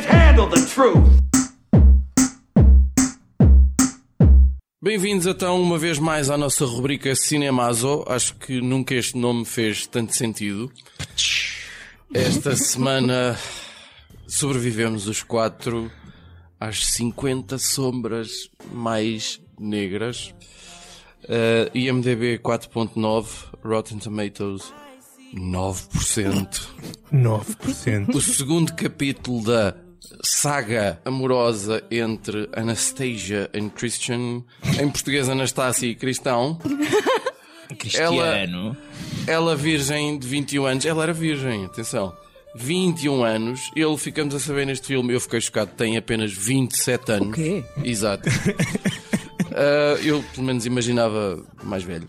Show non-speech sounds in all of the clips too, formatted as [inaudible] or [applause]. the truth. Bem-vindos então uma vez mais à nossa rubrica Cinemazo. Acho que nunca este nome fez tanto sentido. Esta semana sobrevivemos os quatro às 50 sombras mais negras. Eh, IMDB 4.9, Rotten Tomatoes 9%. [laughs] 9%. O segundo capítulo da saga amorosa entre Anastasia e Christian, em português Anastácia e Cristão, Cristiano. ela virgem de 21 anos, ela era virgem, atenção, 21 anos, ele ficamos a saber neste filme, eu fiquei chocado, tem apenas 27 anos. O quê? Exato. Ah, eu pelo menos imaginava mais velho.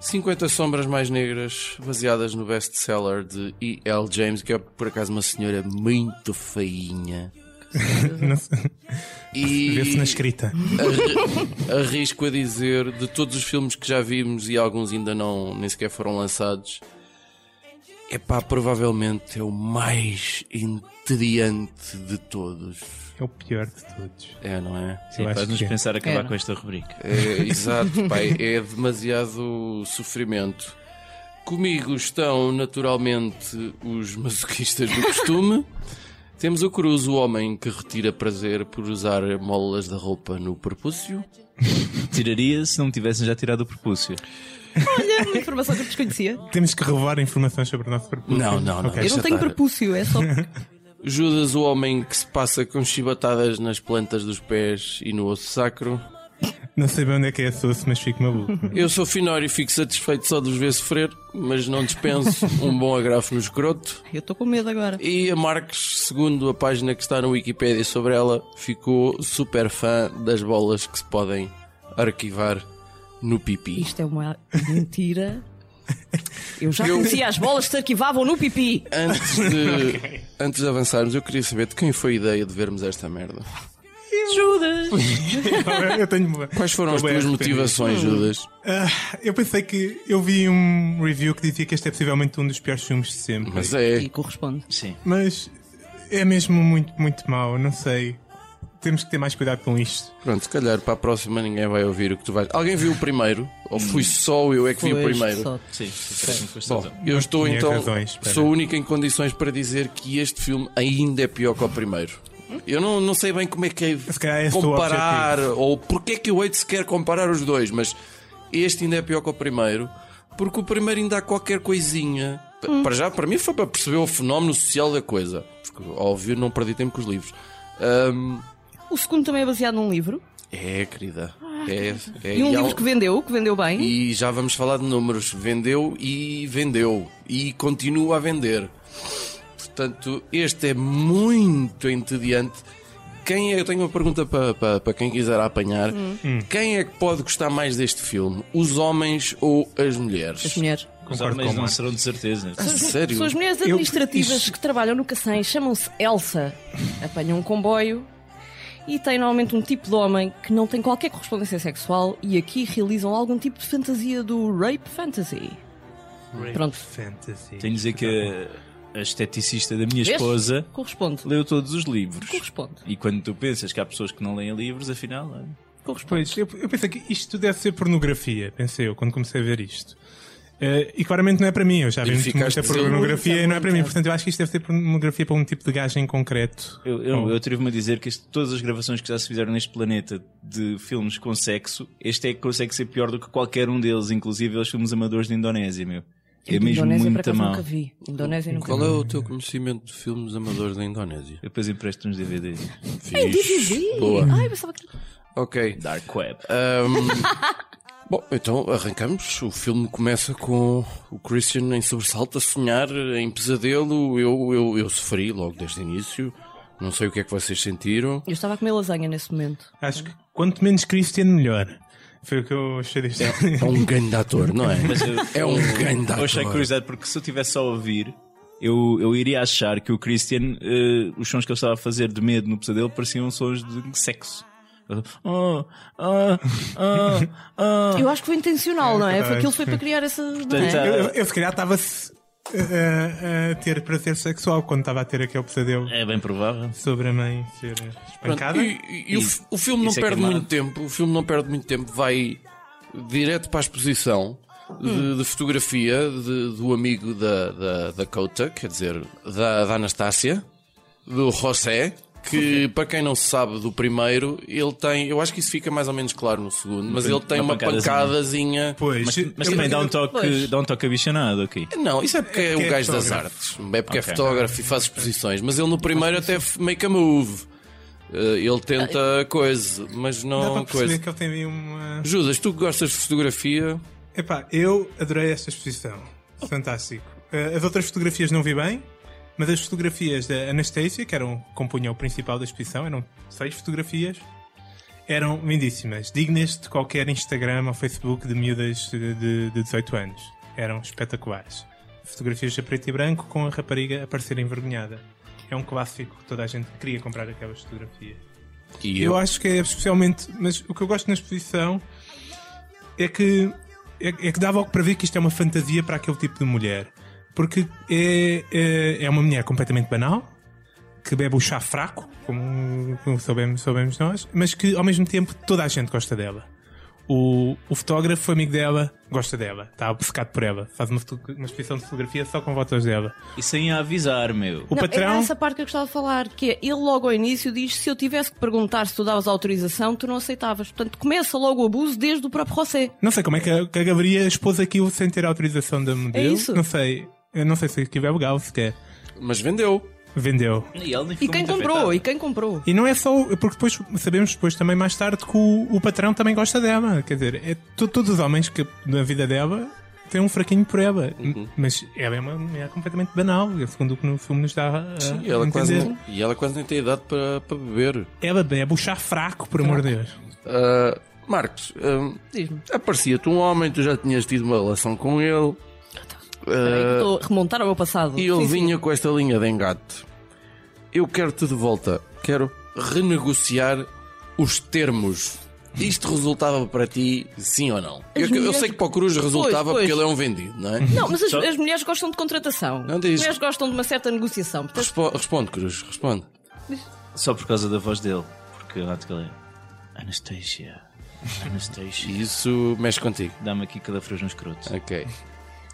50 Sombras Mais Negras, baseadas no best-seller de E.L. James, que é por acaso uma senhora muito feinha. Não sei. Vê-se E na escrita. arrisco a dizer, de todos os filmes que já vimos e alguns ainda não, nem sequer foram lançados, é pá, provavelmente é o mais entediante de todos. É o pior de todos. É, não é? Sim, Eu acho faz-nos que é. pensar acabar Era. com esta rubrica. É, exato, pai, é demasiado sofrimento. Comigo estão naturalmente os masoquistas do costume. Temos o Cruz, o homem que retira prazer por usar molas da roupa no propúcio. Tiraria se não me tivessem já tirado o propúcio. Olha, uma informação que eu desconhecia. Temos que revelar informações sobre o nosso percurso. Não, não, não. Ok. Eu não tenho prepúcio, é só. Judas, o homem que se passa com chibatadas nas plantas dos pés e no osso sacro. Não sei bem onde é que é a SOS, mas fico [laughs] maluco. Eu sou finório e fico satisfeito só de os ver sofrer, mas não dispenso um bom agrafo no escroto. Eu estou com medo agora. E a Marques, segundo a página que está na Wikipédia sobre ela, ficou super fã das bolas que se podem arquivar no pipi. Isto é uma mentira. Eu já conhecia as bolas que se arquivavam no pipi. Antes de, antes de avançarmos, eu queria saber de quem foi a ideia de vermos esta merda. Judas. Eu tenho uma- Quais foram as uma tuas BRP. motivações, Judas? Ah, eu pensei que. Eu vi um review que dizia que este é possivelmente um dos piores filmes de sempre. Mas é. E corresponde. Sim. Mas é mesmo muito, muito mau. Não sei. Temos que ter mais cuidado com isto. Pronto, se calhar para a próxima ninguém vai ouvir o que tu vais. Alguém viu o primeiro? Hum. Ou fui só eu é que vi o Pois, primeiro? só. Sim, parece-me que foste Bom, razão. eu estou tinha então. razões para- Sou o único em condições para dizer que este filme ainda é pior que o primeiro. Eu não, não sei bem como é que Se calhar é esse é o comparar, ou porque é que eu hei de sequer comparar os dois, mas este ainda é pior que o primeiro, porque o primeiro ainda há qualquer coisinha. Pa- Hum. Para já, para mim foi para perceber o fenómeno social da coisa. Porque, óbvio, não perdi tempo com os livros. Ahm, O segundo também é baseado num livro. é, querida. É, é, E um e há livro que vendeu, que vendeu bem. e já vamos falar de números. Vendeu e vendeu. E continua a vender. Portanto, este é muito entediante. Quem é, eu tenho uma pergunta para, para, para quem quiser apanhar. Hum. Quem é que pode gostar mais deste filme? Os homens ou as mulheres? As mulheres. Os Concordo homens com o não Marco. serão de certeza. Sério? São as mulheres administrativas isso- que trabalham no Cacém, chamam-se Elsa, apanham um comboio e têm normalmente um tipo de homem que não tem qualquer correspondência sexual e aqui realizam algum tipo de fantasia do rape fantasy. Pronto. Fantasy. Tenho de dizer que a, a esteticista da minha Vês? esposa Corresponde. leu todos os livros. Corresponde. E quando tu pensas que há pessoas que não leem livros, afinal. é. Pois, eu, eu pensei que isto tudo deve ser pornografia, pensei eu, quando comecei a ver isto. Eh, e claramente não é para mim, eu já vi E muito- ficaste muita assim. pornografia e não é para mim, Muito. portanto eu acho que isto deve ser pornografia para um tipo de gajo em concreto. Eu, eu, Bom. eu atrevo-me a dizer que este- todas as gravações que já se fizeram neste planeta de filmes com sexo, este é que consegue ser pior do que qualquer um deles, inclusive os filmes amadores da Indonésia, meu. É mesmo Indonésia, por muito acaso, mau. nunca vi. Indonésia nunca Qual vi. é o teu conhecimento de filmes amadores da Indonésia? Eu depois empresto uns DVDs. Fixe. Boa. Ai, pensava que. Ok. Dark Web. Ahm, bom, então arrancamos. O filme começa com o Christian em sobressalto a sonhar em pesadelo. Eu, eu, eu sofri logo desde o início. Não sei o que é que vocês sentiram. Eu estava a comer lasanha nesse momento. Acho que quanto menos Christian, melhor. Foi o que eu achei disto. [laughs] É um grande ator, não é? É um grande eh, Eu achei ator. curiosidade porque se eu tivesse a ouvir, eu, eu iria achar que o Christian, eh, os sons que ele estava a fazer de medo no pesadelo pareciam sons de sexo. Ele, Oh, ah, [laughs] ah, ah. Eu acho que foi intencional, não é? Foi verdade. aquilo foi para criar essa. não é? Portanto, Eu, eu, se calhar estava eh, a, a ter prazer sexual quando estava a ter aquele pesadelo É bem provável. sobre a mãe ser Pronto, espancada. e e- e o, f- o filme não isso é perde queimado. muito tempo. O filme não perde muito tempo. Vai direto para a exposição de, Hum. de fotografia de- do amigo da, da, da Kota, quer dizer, da, da Anastácia, do José. Que para quem não sabe do primeiro, ele tem. Eu acho que isso fica mais ou menos claro no segundo, mas ele tem uma uma pancadazinha. pancadazinha. Pois, Mas, mas eu- também dá um toque, Pois. dá um toque abicionado aqui. Não, isso é porque é, porque o é gajo das fotógrafo. artes. É porque é Ok. fotógrafo e faz exposições. Mas ele no primeiro até f- make a move. Eh, Ele tenta coisa, mas Dá para não perceber coisa. que ele tem ali uma. Judas, tu que gostas de fotografia, Epá, eu adorei esta exposição. Fantástico. Eh, As outras fotografias não vi bem, mas as fotografias da Anastasia, que eram, compunham o principal da exposição, eram seis fotografias, eram lindíssimas, dignas de qualquer Instagram ou Facebook de miúdas eh, de, de 18 anos. Eram espetaculares. Fotografias a preto e branco com a rapariga a parecer envergonhada. É um clássico, toda a gente queria comprar aquelas fotografias. e Eu eu, acho que é especialmente. Mas o que eu gosto na exposição é que. É, é que dava algo para ver que isto é uma fantasia para aquele tipo de mulher. Porque é, é, é uma mulher completamente banal, que bebe o chá fraco, como, como soubemos, soubemos nós, mas que ao mesmo tempo toda a gente gosta dela. O, o fotógrafo amigo dela gosta dela, está obcecado por ela, faz uma, foto- uma exposição de fotografia só com fotos dela. E sem a avisar, meu. O Não, patrão. Era essa parte que eu gostava de falar, que é, ele logo ao início diz se eu tivesse que perguntar se tu davas autorização, tu não aceitavas. Portanto, começa logo o abuso desde o próprio José. Não sei como é que a, que a Gabriela expôs aquilo sem ter autorização da modelo. É isso? Não sei. Eu não sei se aquilo é legal sequer. mas vendeu. Vendeu. E, ela nem E ficou quem muito comprou? afetada. E quem comprou? E não é só. o- Porque depois sabemos depois também mais tarde que o, o patrão também gosta dela. Quer dizer, é to- todos os homens que na vida dela têm um fraquinho por ela. Uhum. M- Mas ela é uma mulher completamente banal, é segundo o que no filme nos dá a Sim, e ela ela, quase entender. não, e ela quase nem tem idade para, para beber. Ela bebe o chá fraco, por amor de Deus. Ah, Marcos, ah, Diz-me. aparecia-te um homem, tu já tinhas tido uma relação com ele Espera aí que eu Estou a remontar ao meu passado. Eh, e ele Sim, sim. vinha com esta linha de engate. Eu quero-te de volta, quero renegociar os termos. Isto resultava para ti, sim ou não? Eu, eu mulheres- sei que para o Cruz resultava Pois, pois. porque ele é um vendido, não é? Não, mas as, as mulheres gostam de contratação. Não as diz. mulheres gostam de uma certa negociação. Portanto, Respo- responde, Cruz, responde. Só por causa da voz dele. Porque lá te calei. é Anastasia. Anastasia. E isso mexe contigo. Dá-me aqui cada frio no escroto. Ok.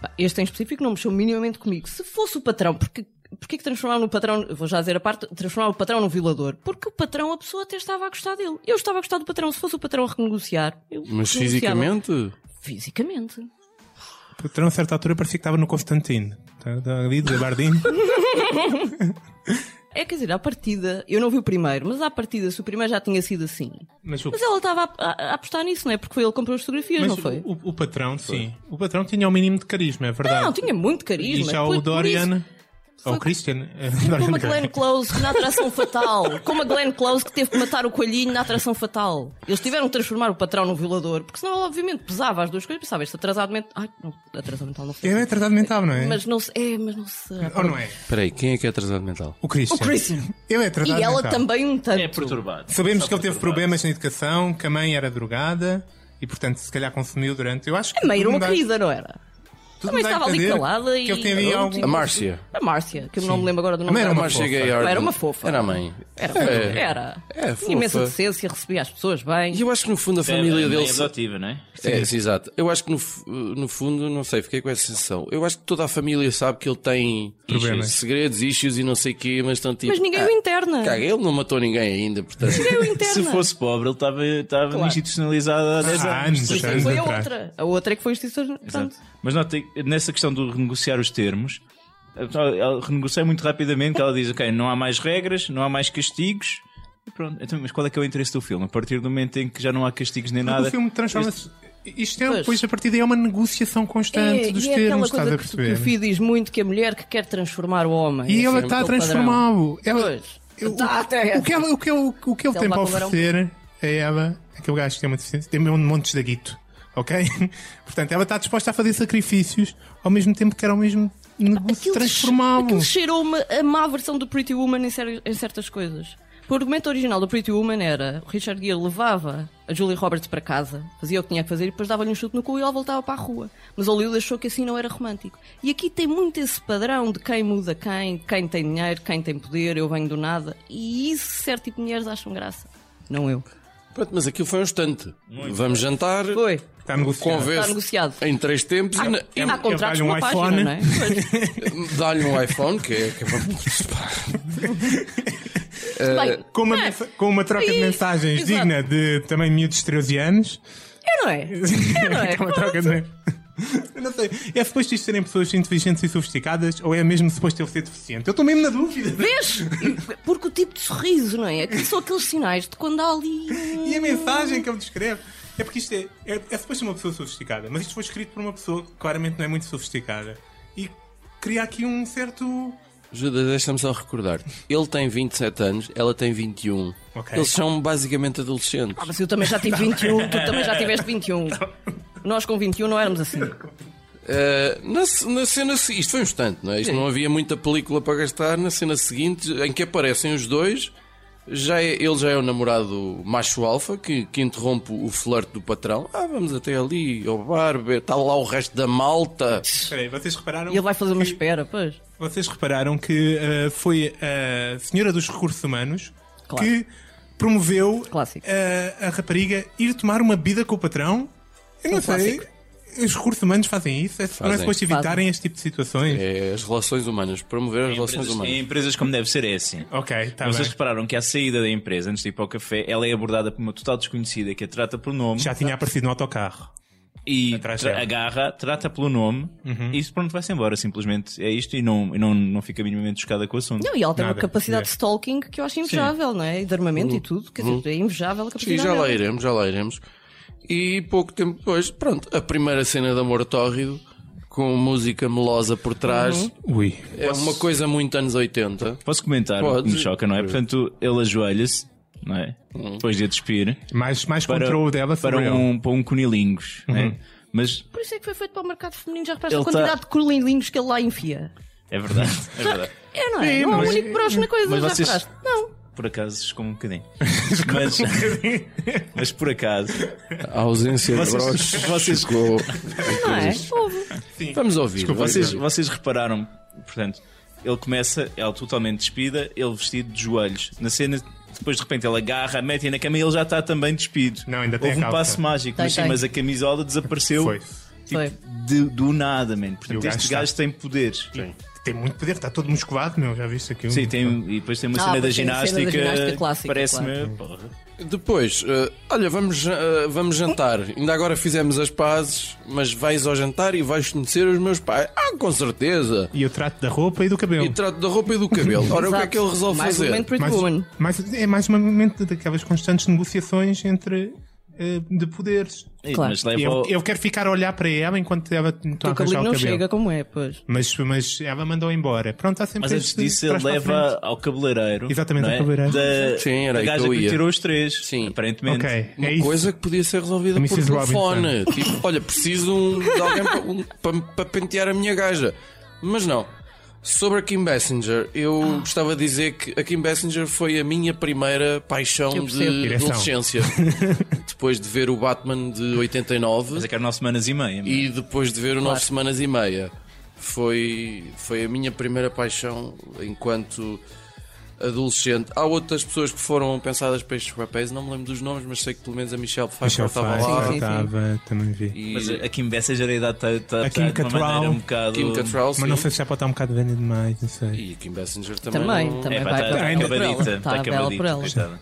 pá, este em específico não mexeu minimamente comigo. Se fosse o patrão, porque. Porquê que transformaram o patrão, vou já dizer a parte, transformaram o patrão num violador? Porque o patrão, a pessoa até estava a gostar dele. Eu estava a gostar do patrão, se fosse o patrão a renegociar. eu Mas renegociava. fisicamente. Fisicamente. O patrão, a certa altura, parecia que estava no Constantino. Estava Ali, de [laughs] Bardinho. É, quer dizer, à partida, eu não vi o primeiro, mas à partida, se o primeiro já tinha sido assim. Mas o Mas ela estava a, a- a apostar nisso, não é? Porque foi ele que comprou as fotografias, não foi? O, o patrão, sim. O patrão tinha o mínimo de carisma, é verdade. Não, tinha muito carisma. E já Por- o por isso- Dorian. Ou foi- o Christian. é, Dorian Como a Gray. Glenn Close na atração fatal. Como a Glenn Close que teve que matar o coelhinho na atração fatal. Eles tiveram que transformar o patrão num violador, porque senão ele obviamente pesava as duas coisas. Pensava, este atrasado mental. Ai, não, atrasado mental não sei. Ele é tratado mental, não é? Mas não se. É, mas não se. Ou não é? Espera aí, quem é que é atrasado mental? O Christian. O Christian. Ele é tratado E ela mental. também um tanto. É perturbado. Sabemos Só que ele teve perturbado. problemas na educação, que a mãe era drogada e, portanto, se calhar consumiu durante. Eu acho que. A mãe era tudo uma me dá- querida, não era? tudo Também me dá a estava ali entender calada e- Que ele tem ali A algum. A Márcia. A Márcia, que eu não me lembro agora do A nome mãe era dela. uma Márcia fofa. Gayard. Era uma fofa. Era a mãe. Era, É. era. É, Tinha imensa fofa. decência, recebia as pessoas E bem. eu acho que no fundo a É, família é dele. meio adotiva, não é? É, sim, exato. Eu acho que no, fu- no fundo, não sei, fiquei com essa sensação. Eu acho que toda a família sabe que ele tem Problemas. issues, segredos, issues e não sei o quê, mas estão tipo. Mas ninguém "Ah, o interna. Caga, ele não matou ninguém ainda, portanto. Ninguém o interna. Se fosse pobre, ele estava- estava Claro. institucionalizado há 10 Ah, anos. anos, Sim, anos foi a atrás. outra. A outra é que foi justiça. Pronto. Mas nota, nessa questão do renegociar os termos, a pessoa- ela renegocia muito rapidamente. que Ela diz: Ok, não há mais regras, não há mais castigos. E pronto. Então, mas qual é que é o interesse do filme? A partir do momento em que já não há castigos nem nada. O filme transforma-se. Isto é, Pois. depois, a partir daí, é uma negociação constante É, dos e é termos, aquela estás a coisa que, que o perceber? Fih diz muito que a mulher que quer transformar o homem. E Esse ela é está a aquele padrão. transformá-lo. Ela- Pois. eu- Tá, até- O que ela- o que ele- o que ele Ele tem lá para com o barão. oferecer a ela, aquele gajo que tem uma deficiência, tem um monte de guito, ok? [laughs] Portanto, ela está disposta a fazer sacrifícios ao mesmo tempo que era o mesmo negócio Aquilo, transformá-lo. aquilo cheirou-me a má versão do Pretty Woman em, cer- em certas coisas. O argumento original do Pretty Woman era o Richard Gere levava a Julia Roberts para casa, fazia o que tinha que fazer e depois dava-lhe um chute no cu e ela voltava para a rua. Mas Hollywood achou que assim não era romântico. E aqui tem muito esse padrão de quem muda quem, quem tem dinheiro, quem tem poder, eu venho do nada. E isso certo tipo de mulheres acham graça. Não eu. Pronto, mas aquilo foi um instante. Vamos jantar, Foi. Está negociado. Está converso negociado. em três tempos e, na- E e há contratos eu com pago um uma página, iPhone. não é? Pois. dá-lhe um iPhone, que é. Que é pá. Bem, Com uma, não é? mensa- com uma troca de Isso, mensagens exato. digna de também miúdos de 13 anos. É, não é? [laughs] É, não é? com uma troca de. Eu não sei. É suposto isto serem pessoas inteligentes e sofisticadas ou é mesmo suposto ele ser deficiente? Eu estou mesmo na dúvida. Vês? Porque o tipo de sorriso, não é? Que São aqueles sinais de quando há ali. um- E a mensagem que ele descreve é porque isto é, é, é suposto ser uma pessoa sofisticada, mas isto foi escrito por uma pessoa que claramente não é muito sofisticada. E cria aqui um certo. Judas, deixa-me só recordar. Ele tem 27 anos, ela tem 21. Ok. Eles são basicamente adolescentes. Ah, mas eu também já tive 21, [laughs] tu também já tiveste 21. Nós com 21 não éramos assim. Eh, na, ce- na cena se- isto foi um instante, não é? Isto não havia muita película para gastar. Na cena seguinte, em que aparecem os dois, já é- ele já é o namorado macho alfa que, que interrompe o flerte do patrão. Ah, vamos até ali, ao bar, be- está lá o resto da [laughs] malta. Espera aí, vocês repararam. E ele vai fazer uma que- espera, pois. Vocês repararam que ah, foi a senhora dos recursos humanos Claro. que promoveu Clássico. ah, a, rapariga ir tomar uma bebida com o patrão? Eu não Um sei. clássico. Os recursos humanos fazem isso? É- Não é Fazem. suposto evitarem este tipo de situações? É as relações humanas, promover as relações Empresas, em humanas. empresas como deve ser é assim. Ok, está Tá bem. Vocês repararam que à saída da empresa, antes de ir para o café, ela é abordada por uma total desconhecida que a trata pelo nome Já Ah. tinha aparecido no autocarro. e Atrás tra- dela. agarra, trata pelo nome e pronto, vai-se embora. Simplesmente é isto e não, e não, não fica minimamente chocada com o assunto. Não, e ela tem uma Nada, capacidade é. de stalking que eu acho invejável, não é? E de armamento e tudo. Quer dizer, é invejável a Sim, capacidade. já lá dela. iremos, já lá iremos. E pouco tempo depois, pronto, a primeira cena de amor tórrido, com música melosa por trás, Uhum. Ui. é uma coisa muito anos 80. Posso comentar o que Podes. me choca, não é? Portanto, ele ajoelha-se, não é? Hum. Depois de a despir. Mais, mais controle dela para sobre ele. um, para um cunilingus, né? Mas Por isso é que foi feito para o mercado feminino. Já reparaste Ele a tá- quantidade de corolinhos que ele lá enfia? é verdade, [laughs] é verdade. É, não é? não há um único broche na coisa, mas já vocês- reparaste? Não. Por acaso escomo um bocadinho. mas, [laughs] mas por acaso. A ausência de Vocês- broches [laughs] vocês- ficou- Não é? Houve. Vamos ouvir. vamos Vocês, ouvir. vocês repararam, portanto, ele começa, ela totalmente despida, ele vestido de joelhos. Na cena, depois de repente ele agarra, mete-a na cama e ele já está também despido. Não, ainda tem Houve a um calça. passo mágico, Tem, mas, sim, tem. mas a camisola desapareceu Foi. tipo, Foi. de- do nada, man. E o Portanto, gajo este está- gajo tem poderes. Tem muito poder, está todo musculado, meu. Já viste aquilo? Sim, tem, um, e depois tem uma Ah, cena, da pois tem a ginástica, cena da ginástica clássica, Parece-me. porra. Depois, eh, olha, vamos, eh, vamos jantar. Ainda agora fizemos as pazes, mas vais ao jantar e vais conhecer os meus pais. Ah, com certeza. E eu trato da roupa e do cabelo. E trato da roupa e do cabelo. Ora, o que é Exato. que ele resolve Mais um fazer? momento Pretty mais, Woman. mais- é mais uma momento daquelas constantes negociações entre eh, de poderes. E- Claro. Mas leva Eu, ao- eu quero ficar a olhar para ela enquanto ela está a O arranjar cabelo o não cabelo. chega, como é, pois. Mas, mas ela mandou embora. Pronto, há sempre Mas antes este disso, ele trás para a leva ao cabeleireiro. Exatamente, não é? ao cabeleireiro. Da, Sim, era da aí que gaja eu que, ia. tirou os três. Sim. Aparentemente. frente. Ok, Uma é isso. coisa que podia ser resolvida por Mrs. telefone. Tipo, olha, preciso um- de alguém para pentear a minha gaja. Mas não. Sobre a Kim Basinger, eu gostava de dizer que a Kim Basinger foi a minha primeira paixão Eu percebo. de Direção. [laughs] adolescência. Depois de ver o Batman de 89 Mas é que eram nove semanas e meia. e depois de ver o 9 Semanas e Meia. Foi, foi a minha primeira paixão enquanto adolescente. Há outras pessoas que foram pensadas para estes papéis, não me lembro dos nomes, mas sei que pelo menos a Michelle Pfeiffer Michelle estava Pfeiffer lá. Sim, sim, sim. estava, também vi. E Mas a Kim Bessinger a idade está tá, A tá Kim de uma Cattrall. maneira um bocado. Kim Cattrall, Mas não sim. sei se já pode estar um bocado venda demais, não sei. E a Kim Basinger também. Também, não- também É, pá, vai está para tá ela. acabadita. Está Está bela por acabadita. ela. coitada.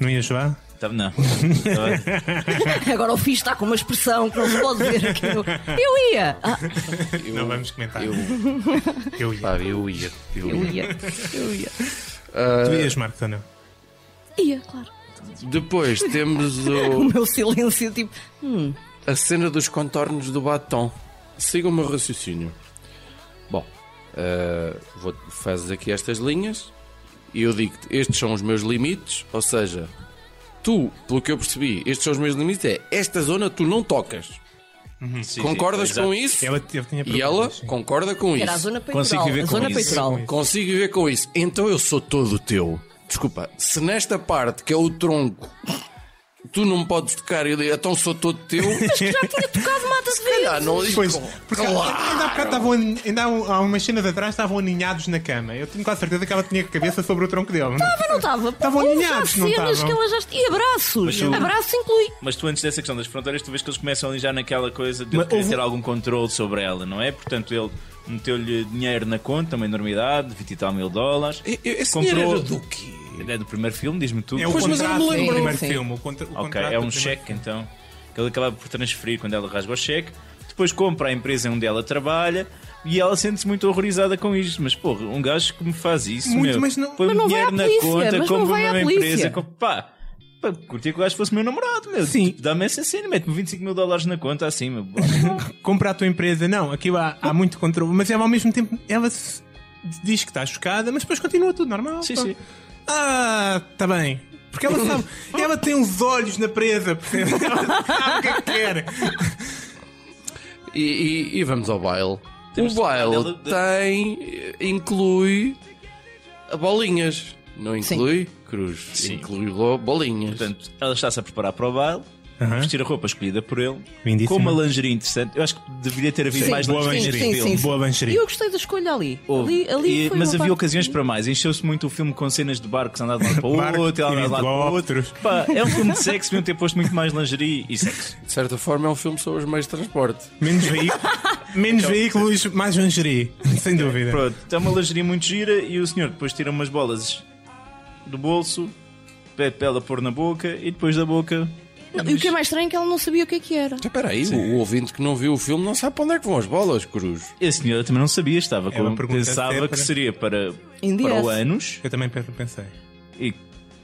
Não ia jogar? [laughs] Tá- Não. Tá Agora o Fih está com uma expressão que não se pode ver. aqui no- Eu ia! Ah, Eu, Não vamos comentar. Eu, Eu ia. pá, eu ia. Eu eu ia. ia. Eu ia. Ah. Tu ias, Marcos, ou não? Ia, claro. Depois temos [laughs] O o- meu silêncio, tipo, hum, a cena dos contornos do batom. Siga o meu raciocínio. Bom, eh, vou, fazes aqui estas linhas e eu digo-te: estes são os meus limites. Ou seja, tu, pelo que eu percebi, estes são os meus limites. É esta zona tu não tocas. Sim, Concordas sim, com exato. isso? Ela, eu tinha E ela problemas, sim. concorda com era a isso. zona Consigo peitoral. viver A com zona isso. peitoral. Consigo viver com isso. Então eu sou todo teu. Desculpa, se nesta parte que é o tronco tu não podes tocar, eu digo, então sou todo teu. Já tinha tocado mata de vez. Ah, não, Pois, com- porque ainda há bocado estavam, ainda há, um- há umas cenas atrás estavam aninhados na cama. Eu tenho quase certeza que ela tinha a cabeça sobre o tronco dele. Estava, não estava. Estavam Houve já alinhados, não cenas estavam? que ela já est- E abraços. Mas eu- Abraços inclui. Mas tu, antes dessa questão das fronteiras, tu vês que eles começam ali já naquela coisa de ele Mas querer houve- ter algum controle sobre ela, não é? Portanto, ele meteu-lhe dinheiro na conta, uma enormidade, 20 e tal mil dólares. E- e- Esse Comprou- dinheiro era do quê? É do primeiro filme, diz-me tu. É o Pois, mas eu não me contrato do lembro. primeiro Sim. filme. O contra, o Ok, contrato do é um primeiro cheque então que ele acaba por transferir quando ela rasga o cheque. Depois compra a empresa onde ela trabalha e ela sente-se muito horrorizada com isto. Mas porra, um gajo que me faz isso, Muito, meu, mas não- põe Mas não vai dinheiro à na polícia, mas conta, não compra vai à uma polícia. empresa, compra, pá. Pá, curtia que o gajo fosse meu namorado, meu. Sim. Tipo, Dá-me essa cena, mete-me 25 mil dólares na conta, assim, meu. [laughs] comprar a tua empresa. Não, aqui há, há muito controle. Mas ela ao mesmo tempo, ela se- diz que está chocada, mas depois continua tudo normal. Sim, Pá. sim. Ah, está bem. Porque ela sabe, [laughs] ela tem os olhos na presa, percebe? Ela sabe o que é que quer. E, e- e vamos ao baile. Temos o de falar baile dela de- tem. inclui. bolinhas. Não inclui cruz. Sim. Inclui lo- bolinhas. Portanto, ela está-se a preparar para o baile, Aham. vestir a roupa escolhida por ele, Lindíssima. com uma lingerie interessante. Eu acho que deveria ter havido Sim, mais sim, lingerie no sim, filme. sim, sim. Boa E lingerie. eu gostei da escolha ali. Houve. Ali, ali E- foi mas uma havia parte- ocasiões para mais. Encheu-se muito o filme com cenas de barco que se andava de um lado para [laughs] Barco, o outro, ela andava de um lado para o outro. helicópteros. Pá, é um filme de sexo, deviam ter posto muito mais lingerie [laughs] e sexo. De certa forma, é um filme sobre os meios de transporte. [laughs] Menos veículos, menos veículos mais lingerie. [laughs] Sem dúvida. Pronto, está uma lingerie muito gira e o senhor depois tira umas bolas do bolso, pede para ela pôr na boca e depois da boca. Não, e o que é mais estranho é que ela não sabia o que é que era. Já Espera aí, o, o ouvinte que não viu o filme não sabe para onde é que vão as bolas, cruz. Esse senhor também não sabia, estava É uma com, pergunta pensava sempre. que seria para, Indias. para o ânus Eu também pensei. e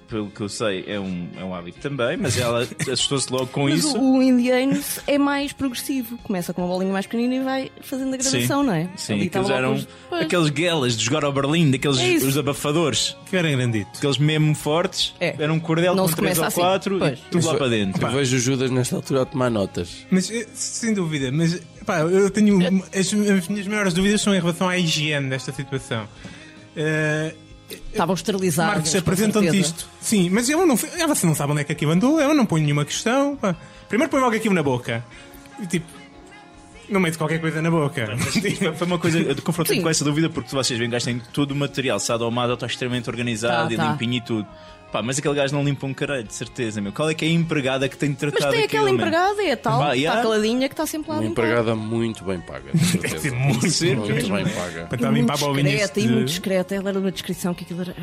pelo que eu sei é um, é um hábito também, mas ela [laughs] assustou-se logo com Mas isso. o, o indiano é mais progressivo. Começa com uma bolinha mais pequenina e vai fazendo a gradação, não é? Sim, um- Ali aqueles estava eram logo os- Pois. aqueles guelas de jogar ao Berlim, daqueles É isso. os abafadores, Que era grandito. aqueles mesmo fortes. É. Era um cordel Não com se 3 começa ou assim. 4 Pois. e tudo lá para dentro. [laughs] Eu vejo o Judas nesta altura a tomar notas. Mas, eh, sem dúvida, mas pá, eu tenho. As, as minhas maiores dúvidas são em relação à higiene desta situação. Eh, Estavam esterilizados. Marcos, com apresentam-te certeza. isto. Sim, mas eu não, ela se não sabe onde é que aquilo andou, eu não ponho nenhuma questão. pá. Primeiro põe logo aquilo na boca. E, tipo, não meto qualquer coisa na boca. Foi- Foi uma coisa, eu te confrontei Sim. com essa dúvida porque vocês veem gastem todo o material, sadomado, está extremamente organizado Tá, e tá. limpinho e tudo. Pá, mas aquele gajo não limpa um caralho, de certeza, meu. Qual é que é a empregada que tem de tratar Mas tem daquilo, aquela meu? empregada, é a tal, Bah, que está yeah. caladinha, que está Um sempre lá a Uma limpar. empregada muito bem paga, [laughs] de certeza. muito É [laughs] muito bem paga. Para E estar a muito limpar bolinhas discreta, e de- muito discreta. Ela era uma descrição que aquilo era.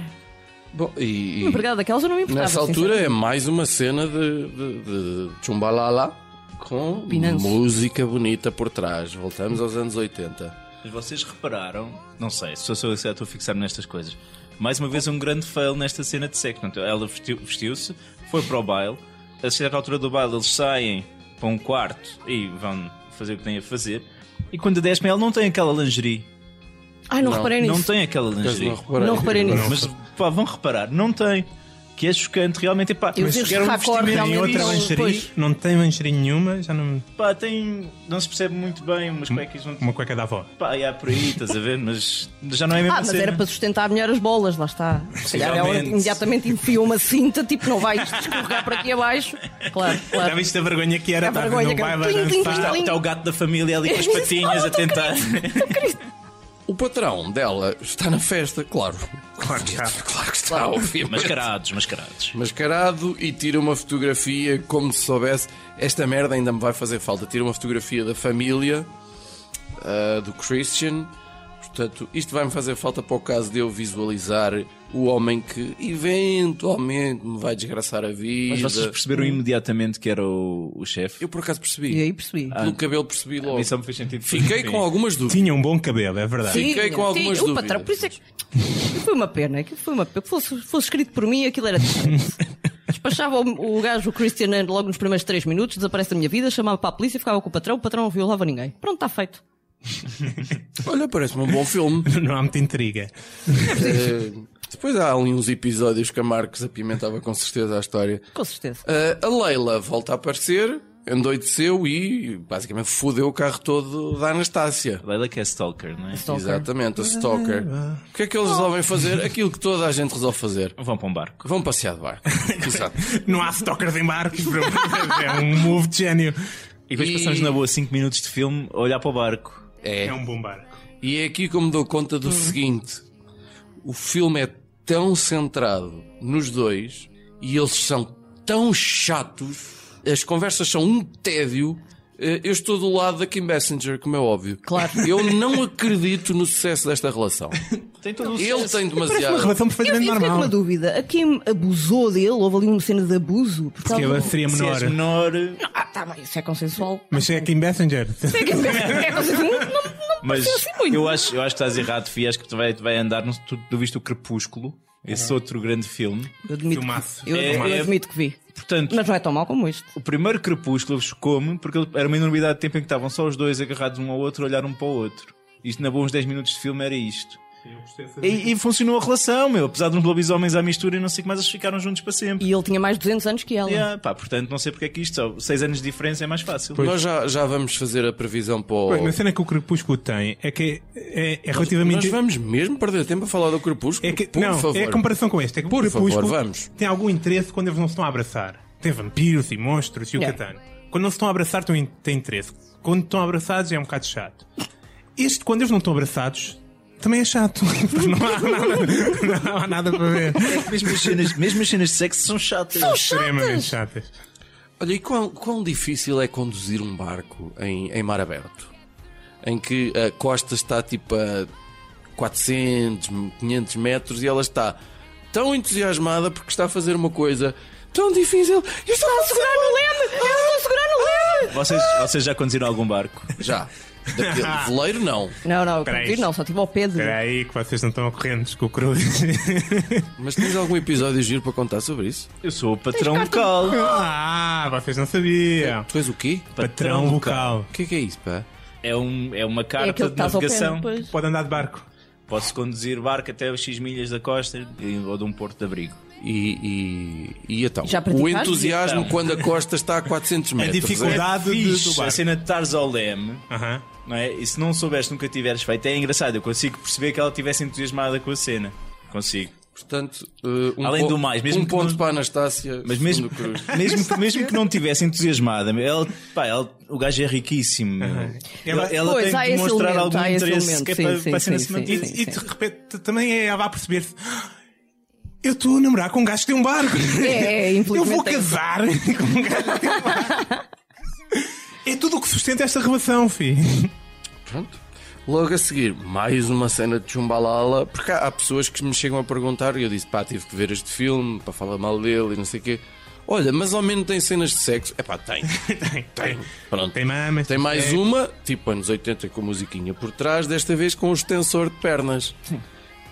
Bom, e, e Uma empregada daquelas eu não me importava. nessa altura é mais uma cena de, de, de chumbalala com Pinanço. música bonita por trás. Voltamos aos anos 80. Mas vocês repararam, não sei, se eu sou eu que estou a fixar-me nestas coisas. Mais uma vez, um grande fail nesta cena de sexo. Portanto, ela vestiu- vestiu-se, foi para o baile. A certa altura do baile, eles saem para um quarto e vão fazer o que têm a fazer. E quando descem, ela não tem aquela lingerie. Ai, não, Não, reparei É nisso. Não tem aquela Mas lingerie. não reparei. Não reparei nisso. Mas pá, vão reparar, não tem. Que é chocante, realmente. E, pá, Eu mas vejo quer um raccord, vestimento realmente, Tem outra não- lingerie, pois. não tem lingerie nenhuma, já não. Pá, tem. Não se percebe muito bem, umas cuecas não. Uma cueca da avó. Pá, e há por aí, estás a ver? Mas já não é mesmo Ah, mas cena. era para sustentar melhor as bolas, lá está. Se calhar ela Possivelmente. imediatamente enfia uma cinta, tipo, não vai escorregar para aqui abaixo. Claro, Já claro. viste a vergonha que era? A pá, vergonha não que era. vai Clim, clim, balançar. clim. Está o gato da família ali com as Isso, patinhas a tentar. O patrão dela está na festa, claro. Claro que está. [laughs] Claro que está, obviamente. Mascarados, mascarados. mascarado e tira uma fotografia como se soubesse esta merda ainda me vai fazer falta. Tira uma fotografia da família ah, do Christian. Portanto, isto vai-me fazer falta para o caso de eu visualizar o homem que eventualmente me vai desgraçar a vida. Mas vocês perceberam imediatamente que era o, o chefe? Eu por acaso E percebi. aí percebi. Ah, Pelo cabelo percebi A logo. mim só me fez sentido. Fiquei com algumas [laughs] dúvidas. Tinha um bom cabelo, é verdade. Sim. fiquei Tinha, com algumas tinha. O patrão, dúvidas. por isso é que. Foi uma pena, é que foi uma pena. Que Fosse, fosse escrito por mim, aquilo era diferente. Despachava o, o gajo, o Christian, logo nos primeiros 3 minutos, desaparece da minha vida, chamava para a polícia, ficava com o patrão, o patrão não violava ninguém. Pronto, está feito. Olha, parece-me um bom filme. [laughs] Não há muita intriga. Eh, depois há ali uns episódios que a Marcos apimentava com certeza a história. Com certeza. Ah, a Leila volta a aparecer endoideceu e basicamente fudeu o carro todo da Anastácia. Leila que é stalker, não é? Stalker. Exatamente, a Stalker. O que é que eles resolvem fazer? Aquilo que toda a gente resolve fazer. Vão para um barco. Vão passear de barco. Exato. Não há stalkers em barcos, [laughs] bro. é um move de gênio. E depois E- passamos na boa 5 minutos de filme a olhar para o barco. É. É um bom barco. E é aqui que eu me dou conta do seguinte: o filme é tão centrado nos dois e eles são tão chatos, as conversas são um tédio. Eh, Eu estou do lado da Kim Messenger, como é óbvio. Claro. Eu não acredito no sucesso desta relação. Tem todo o Ele tem Parece uma demasiado. relação Eu, eu perfeitamente fiquei com uma normal. dúvida. A Kim abusou dele? Houve ali uma cena de abuso? Por Que causa eu do- seria Se menor. és menor, Ah, tá bem, isso é consensual. Mas se é Kim Messenger. É que- é consensual. Não, não, mas pareceu assim muito. eu acho, eu acho que estás errado, Fih. Acho que tu vai, tu vai andar. no- Tu, tu viste o Crepúsculo, esse outro grande filme. eu admito, Filmaço. que, eu, É- eu é- admito que vi. Portanto, Mas não é tão mau como este. o primeiro Crepúsculo chocou-me porque ele- era uma enormidade de tempo em que estavam só os dois agarrados um ao outro, a olhar um para o outro. Isto, na boa, uns 10 minutos de filme era isto. E, e funcionou a relação, meu. Apesar de uns lobisomens à mistura e não sei o que mais, eles ficaram juntos para sempre. E ele tinha mais de 200 anos que ela. Yeah, pá, portanto, não sei porque é que isto, só 6 anos de diferença é mais fácil. Nós já, já vamos fazer a previsão para o. Bem, a cena que o Crepúsculo tem é que é, é Nós relativamente. vamos mesmo perder tempo a falar do Crepúsculo? É que, Por não, favor. é a comparação com este. É que Por o Crepúsculo favor, vamos. tem algum interesse quando eles não se estão a abraçar. Tem vampiros e monstros e o Yeah. Catano. Quando não se estão a abraçar, tem, tem interesse. Quando estão abraçados, é um bocado chato. Este, quando eles não estão abraçados, também é chato. [laughs] não, há nada, não há nada para ver. Mesmo as cenas, mesmo as cenas de sexo são chatas. Extremamente chatas. Olha, e quão, quão difícil é conduzir um barco em, em mar aberto? Em que a costa está tipo a 400, 500 metros e ela está tão entusiasmada porque está a fazer uma coisa tão difícil. Eu estou a segurar no leme! Eu estou a segurar no leme! Vocês, vocês já conduziram algum barco? [laughs] Já. Daquele veleiro, não. Não, não, eu Peraí. contigo não, só tive ao pé de. Espera aí que vocês não estão correntes com o [laughs] Cruz. Mas tens algum episódio giro para contar sobre isso? Eu sou o patrão local. ah, vocês não sabiam. Tu és o quê? Patrão local. O que é que é isso, pá? É, um, é uma É carta aquele que de estás ao pé. navegação. Pois. Pode andar de barco. Posso conduzir barco até os X milhas da costa e- ou de um porto de abrigo. E, e, e então? Já o praticaste? entusiasmo Então. quando a costa está a [laughs] É 400 metros. é? dificuldade. Dado de- Fixe, do barco. a cena de estares ao leme, Aham. não é? E se não soubeste, nunca tiveres feito, é engraçado. Eu consigo perceber que ela estivesse entusiasmada com a cena. Consigo. Portanto, eh, um Além po- do mais, mesmo um que ponto não- para a Anastácia, Mas mesmo, segundo Cruz. [laughs] mesmo, que- mesmo que não estivesse entusiasmada, ela, pá, ela- o gajo é riquíssimo. meu. Ela, ela Pois, há tem que esse mostrar elemento, algum há esse interesse elemento. que é Sim, para, sim, para a cena sim, se sim, manter. E, e de repente também é, ela vai perceber-se. "Ah, Eu estou a namorar com um gajo que tem um barco. É, [laughs] Eu infelizmente vou é isso. casar [laughs] com um gajo que tem um barco. É tudo o que sustenta esta relação, fi. Pronto. Logo a seguir, mais uma cena de chumbalala, porque há, há pessoas que me chegam a perguntar, e eu disse, pá, tive que ver este filme, para falar mal dele e não sei o quê. Olha, mas ao menos tem cenas de sexo. É pá, [laughs] tem. Tem, tem. Pronto. Tem mamas. Tem mais é. uma, tipo anos 80 com musiquinha por trás, desta vez com um extensor de pernas.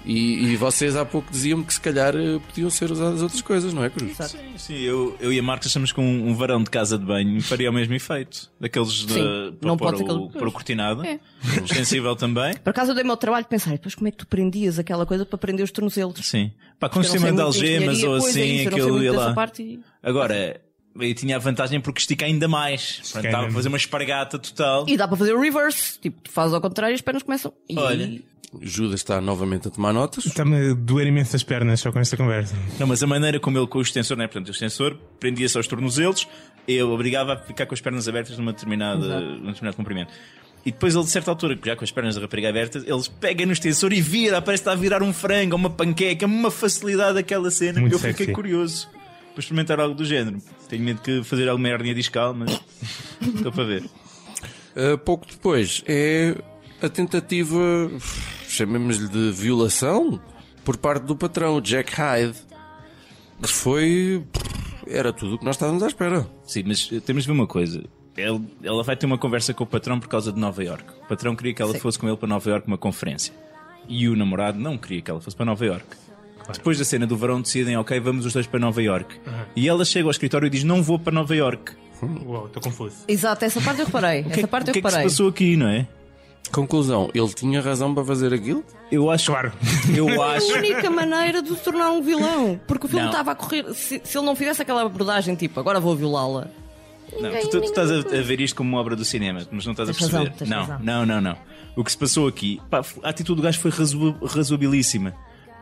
E, e vocês há pouco diziam que se calhar eh, podiam ser usadas outras coisas, não é, Cruz? Sim, sim, eu, eu e a Marta achamos que um, um varão de casa de banho faria o mesmo efeito. Daqueles de, Sim, para, não pôr pode ser o, aquele- para o cortinado. É. Sensível também. Por acaso eu dei-me ao trabalho de pensar, depois como é que tu prendias aquela coisa para prender os tornozelos? Sim. Pá, com um Porque eu não sei sistema de muito algemas engenharia, ou pois é assim, isso, eu não sei aquilo muito ia dessa lá. parte e- Agora, eu tinha a vantagem porque estica ainda mais. Portanto, estava a fazer uma espargata total. E dá para fazer o reverse, tipo, tu fazes ao contrário e as pernas começam. E... Olha. Judas está novamente a tomar notas. Está-me a doer imenso as pernas só com esta conversa. Não, mas a maneira como ele com o extensor, não é? Portanto, o extensor prendia-se aos tornozelos, eu obrigava a ficar com as pernas abertas numa determinada, Exato. num determinado comprimento. E depois ele, de certa altura, já com as pernas da rapariga abertas, eles pegam no extensor e vira, parece que está a virar um frango, uma panqueca, uma facilidade aquela cena. Muito eu fiquei sexy. curioso para experimentar algo do género. Tenho medo de fazer alguma hernia discal, mas [laughs] estou para ver. Uh, pouco depois é a tentativa, chamemos-lhe de violação, por parte do patrão, o Jack Hyde, que foi. Era tudo o que nós estávamos à espera. Sim, mas eh, temos de ver uma coisa. Ele- ela vai ter uma conversa com o patrão por causa de Nova York. O patrão queria que ela fosse com ele para Nova York uma conferência. E o namorado não queria que ela fosse para Nova York. Depois da cena do verão decidem, ok, vamos os dois para Nova York. E ela chega ao escritório e diz, não vou para Nova York. Uau, estou confuso. Exato, [laughs] essa parte eu reparei. O que, é- essa parte o que eu é que se reparei. passou aqui, não é? Conclusão, ele tinha razão para fazer aquilo? Eu acho, Claro. [laughs] eu a acho única maneira de o tornar um vilão. Porque o filme Não. estava a correr. Se, se ele não fizesse aquela abordagem tipo, agora vou violá-la, Não, Ninguém- tu, tu- tu ninguém estás a, notou. a ver isto como uma obra do cinema, mas não estás a Tens razão, perceber. tens não, razão. não, não, não. O que se passou aqui, pá, a atitude do gajo foi razoa- razoabilíssima.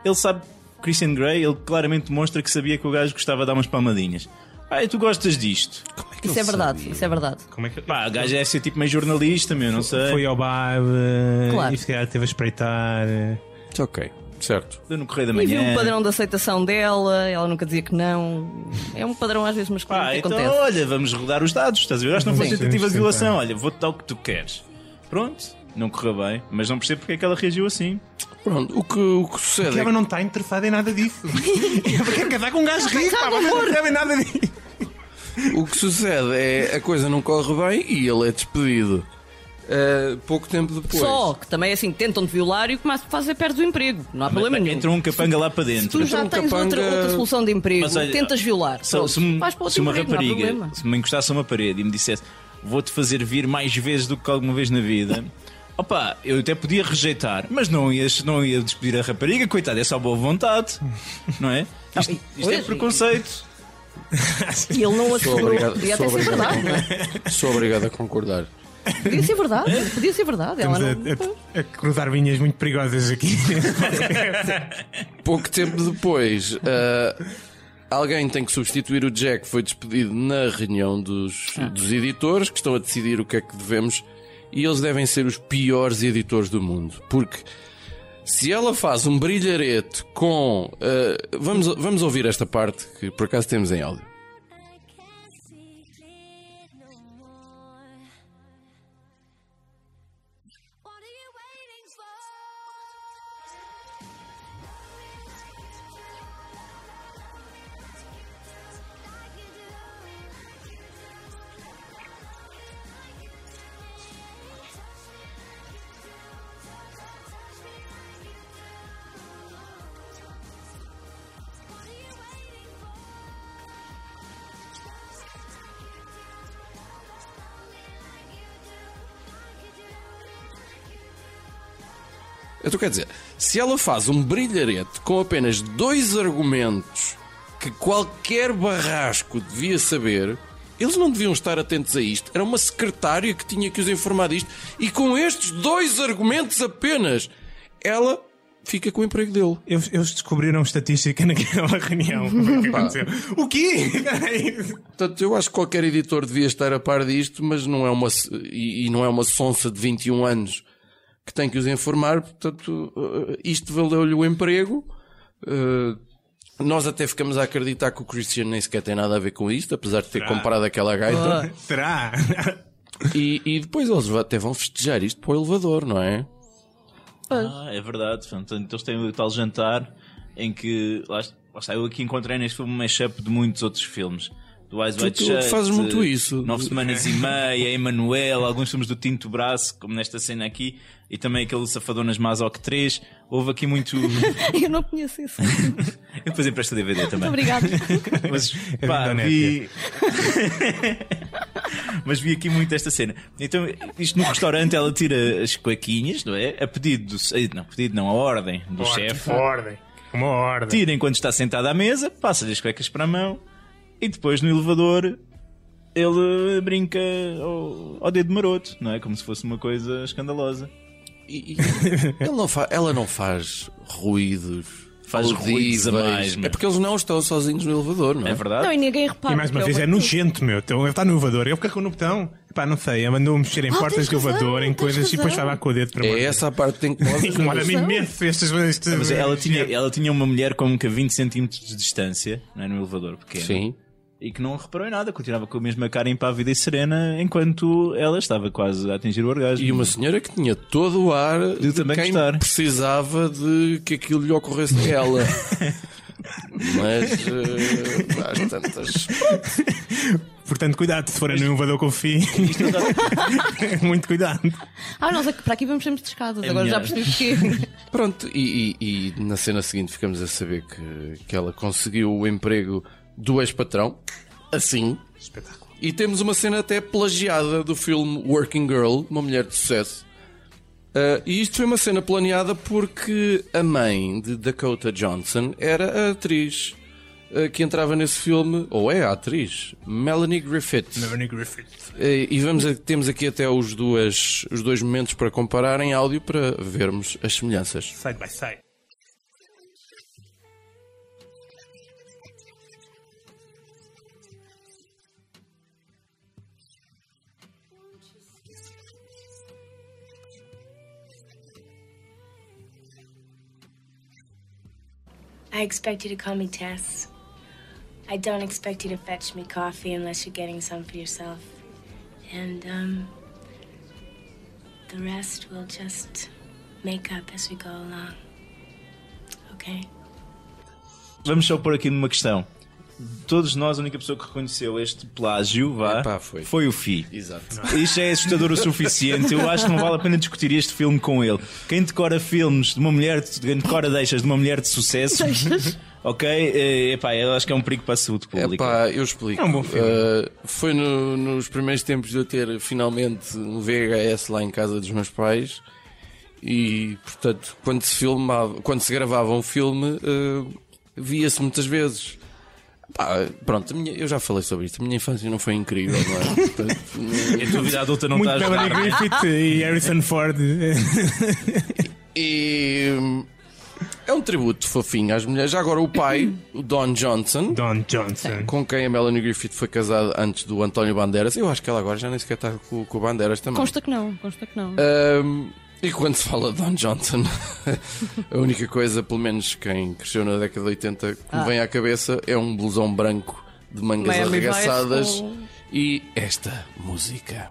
Ele sabe, Christian Grey, ele claramente demonstra que sabia que o gajo gostava de dar umas palmadinhas. Ah, e tu gostas disto? Isso é verdade, isso é verdade. Como é que... Pá, o gajo é ser tipo meio jornalista, meu, não sei. Foi ao bar eh, Claro. e se calhar teve a espreitar. eh. Ok, certo. Deu no correio da E viu manhã. o padrão da aceitação dela, ela nunca dizia que não. É um padrão às vezes, mas que Pá, nunca então acontece. olha, vamos rodar os dados, estás a ver? Acho que não foi Sim. tentativa de Sim, violação. sim, Olha, vou-te dar o que tu queres. Pronto, não correu bem, mas não percebo porque é que ela reagiu assim. Pronto, o que, o que sucede Que é ela não está interessada em nada [laughs] disso. Ela quer casar com um gajo rico, pá, mas não percebe nada disso. O que sucede é a coisa não corre bem e ele é despedido. Uh, pouco tempo depois. Só que também é assim, tentam de violar e o que mais fazes é perdes o emprego. Não há problema nenhum. Entra um capanga lá para Se dentro. tu já um tens outra, capanga- outra solução de emprego, Mas olha, tentas violar. Se, Pronto, se me- vais para outro se uma emprego, não há rapariga problema. se me encostasse a uma parede e me dissesse vou-te fazer vir mais vezes do que alguma vez na [laughs] vida, opa, eu até podia rejeitar, mas não ia, não ia despedir a rapariga, coitada, é só boa vontade, não é? Isto, e- isto é pois, preconceito. E ele não acelerou. obrigado, Podia sou até ser obrigado. verdade, não é? Sou obrigado a concordar. Podia ser É? verdade, podia ser verdade. Ela Estamos não... a, a- a é, cruzar vinhas muito perigosas aqui. Pouco tempo depois, uh, alguém tem que substituir o Jack, foi despedido na reunião dos, Ah. dos editores que estão a decidir o que é que devemos. E eles devem ser os piores editores do mundo. Porque se ela faz um brilharete com. uh, vamos, vamos ouvir esta parte que por acaso temos em áudio. What are you waiting for? Eu estou a dizer, se ela faz um brilharete com apenas dois argumentos que qualquer barrasco devia saber, eles não deviam estar atentos a isto. Era uma secretária que tinha que os informar disto. E com estes dois argumentos apenas, ela fica com o emprego dele. [laughs] Eles, eles descobriram estatística naquela reunião. O que aconteceu? O [laughs] quê? Portanto, eu acho que qualquer editor devia estar a par disto, mas não é uma, s- e, e não é uma sonsa de 21 anos que tem que os informar, portanto, eh, isto valeu-lhe o emprego. Eh, Nós até ficamos a acreditar que o Christian nem sequer tem nada a ver com isto, apesar Ah. de ter comprado aquela gaita. Ah. Será? E, e depois eles até vão festejar isto para o elevador, não é? Ah, é verdade. Portanto, então eles têm o tal jantar em que. Lá, est- lá está, eu aqui encontrei neste filme um mashup de muitos outros filmes. Do Eyes Wide tu fazes muito isso. Nove Semanas e Meia, Emanuel, alguns filmes do Tinto Braço, como nesta cena aqui, e também aquele Safadonas Masoc 3. Houve aqui muito. [laughs] [laughs] Eu não conheço isso. Muito eu depois empresto o DVD também. obrigado. Mas, É pá, da net, vi... [laughs] Mas vi aqui muito esta cena. Então, isto no restaurante, ela tira as cuequinhas, não é? A pedido do. eh, Não, pedido não, a ordem do Ah, chefe. Ordem. Uma ordem. Tira enquanto está sentado à mesa, passa-lhe as cuecas para a mão e depois no elevador ele brinca ao, ao dedo maroto, não é? Como se fosse uma coisa escandalosa. E- e- ele não fa- ela não faz ruídos. Faz ruídos a audíveis. mais, meu. É porque eles não estão sozinhos no elevador, não é? É verdade? Não, e ninguém repara. E mais uma que vez, eu- é nojento, meu. Então, ele está no elevador. Ele carregou no botão. Pá, não sei. Ele mandou-me mexer em Ah, portas tens de elevador, razão, em tens coisas, e depois razão. estava com o dedo para É baixo. essa a parte que tem que [laughs] É nós. [laughs] Incomoda-me imenso estas estas- Mas ela tinha, ela tinha uma mulher com que a 20 cm de distância não é? no elevador, pequeno. Sim. e que não reparou em nada, continuava com a mesma cara impávida e serena enquanto ela estava quase a atingir o orgasmo. E uma senhora que tinha todo o ar de também quem gostar. precisava de que aquilo lhe ocorresse a [laughs] ela. Mas eh, às tantas. Portanto, cuidado. Se for no elevador com o fim, [laughs] é muito cuidado. Ah, nós aqui- para aqui vamos sempre de escadas. É Agora já melhor. percebi porquê. Pronto, e, e- e na cena seguinte ficamos a saber que, que ela conseguiu o emprego do ex-patrão, assim. Espetáculo. E temos uma cena até plagiada do filme Working Girl, uma mulher de sucesso. Ah, e isto foi uma cena planeada porque a mãe de Dakota Johnson era a atriz eh, que entrava nesse filme, ou é a atriz, Melanie Griffith. Melanie Griffith. Eh, E vamos a- temos aqui até os, duas, os dois momentos para comparar em áudio para vermos as semelhanças. Side by side. I expect you to call me Tess. I don't expect you to fetch me coffee unless you're getting some for yourself. And, um, the rest we'll just make up as we go along. Okay? [laughs] Vamos só pôr aqui numa questão. Todos nós, a única pessoa que reconheceu este plágio vá, Epá, foi. o Fi. Exato. Isto já é assustador o suficiente. Eu acho que não vale a pena discutir este filme com ele. Quem decora filmes de uma mulher, de, quem decora deixas de uma mulher de sucesso, ok? Eh, Epá, eu acho que é um perigo para a saúde pública. Epá, eu explico. É um bom filme. Eh, foi no- nos primeiros tempos de eu ter finalmente um VHS lá em casa dos meus pais. E, portanto, quando se, filmava, quando se gravava um filme, eh, via-se muitas vezes. Pá, pronto, a minha- eu já falei sobre isto. A minha infância não foi incrível, não é? [laughs] Portanto, E a tua vida adulta não Muito está a ajudar. Melanie Griffith e Harrison [laughs] Ford. E hum, é um tributo fofinho às mulheres. Já agora o pai, o Don Johnson, Don Johnson. com quem a Melanie Griffith foi casada antes do António Bandeiras. Eu acho que ela agora já nem sequer está com, com o Bandeiras também. Consta que não, consta que não. Hum, e quando se fala de Don Johnson, [laughs] a única coisa, pelo menos quem cresceu na década de 80, que me vem à cabeça é um blusão branco de mangas Ah. Miami Vice arregaçadas com- e esta música.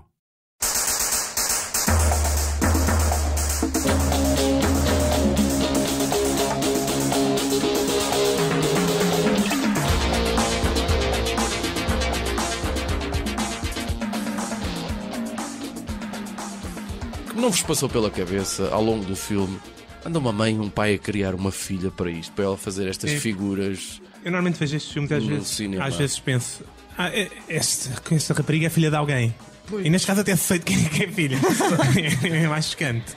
que não vos passou pela cabeça ao longo do filme? Anda uma mãe e um pai a criar uma filha para isto, para ela fazer estas Sim. figuras. Eu normalmente vejo estes filmes e às No vezes, cinema. às vezes penso: ah, é- esta, esta rapariga é filha de alguém. E neste caso até sei de quem é que é filha. [laughs] é mais chocante.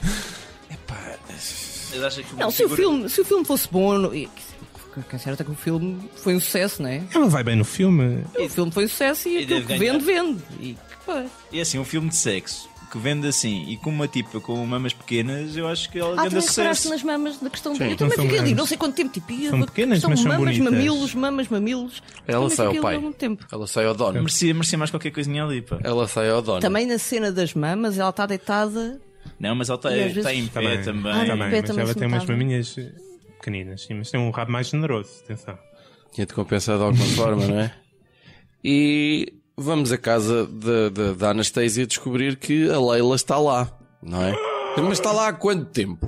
Pá, Mas acha que Não, se o filme, se o filme fosse bom, não- e- que- que é certo é que o filme foi um sucesso, não é? Ela vai bem no filme. O filme foi um sucesso e, E aquilo deve que ganhar. vende, vende. E que pá. E assim, um filme de sexo que vende assim e com uma tipa com mamas pequenas, eu acho que ela Ah, ganha também reparaste sucesso. nas mamas da questão Sim. Não Eu também então são fiquei ali, grandes. não sei quanto tempo, tipo, ia, São vou- pequenas, são mas são mamas, bonitas. mamilos, mamas, mamilos. Ela Também sai ao fiquei ali pai. algum tempo. Ela sai ao dono. Merecia, merecia mais qualquer coisinha ali, pá. Ela sai ao dono. Também na cena das mamas, ela está deitada. Não, mas ela está E às vezes- tá em pé Também. também. Ah, também, pé mas também ela se tem umas notava. maminhas eh, pequeninas, sim, mas tem um rabo mais generoso, atenção. Tinha de compensar de alguma forma, não é? [laughs] E vamos à casa da- da da Anastasia descobrir que a Leila está lá, não é? Mas está lá há quanto tempo?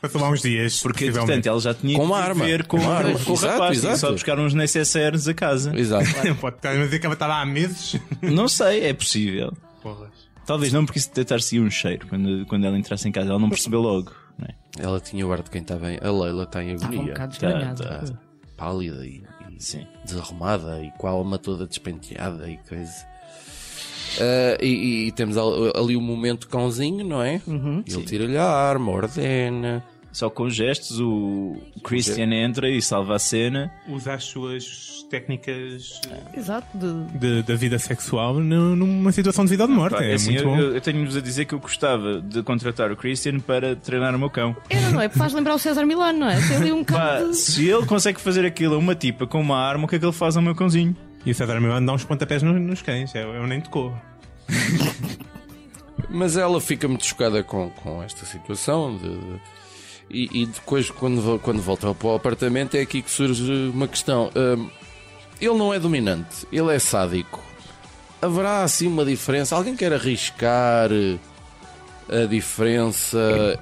Passou lá uns dias, Porque, possivelmente. portanto, ela já tinha Com uma que arma. ver com, Com uma arma. com o Exato, rapaz. tinha exato. Só buscar uns necessaires a casa. Exato. [laughs] Pode estar a dizer que ela estava há meses. Não sei, é possível. Porras. Talvez não, porque isso detectar-se um cheiro quando, quando ela entrasse em casa. Ela não percebeu logo. Né? Ela tinha o ar de quem está bem. A Leila está em Estava um agonia. bocado Tá, desgrenhada. tá. Pálida e, e Sim. desarrumada e com a alma toda despenteada e coisa. Ah, e, e temos al- ali o momento cãozinho, não é? Uhum. Ele tira-lhe a arma, ordena. Só com gestos, o Christian entra e salva a cena. Usa as suas técnicas Exato, de- de- da vida sexual no- numa situação de vida ou de morte. Pá, é assim, muito eu, bom. eu- eu tenho-vos a dizer que eu gostava de contratar o Christian para treinar o meu cão. Era, não é? Faz lembrar o César Milano, não é? Tem ali um Pá, bocado de... se ele consegue fazer aquilo a uma tipa com uma arma, o que é que ele faz ao meu cãozinho? E o César Milano dá uns pontapés no- nos cães, eu, eu nem tocou. Mas ela fica muito chocada com, com esta situação. de- de- e, e depois, quando, vo- quando volta para o apartamento, é aqui que surge uma questão. Hum, ele não é dominante, ele é sádico. Haverá assim uma diferença? Alguém quer arriscar eh, a diferença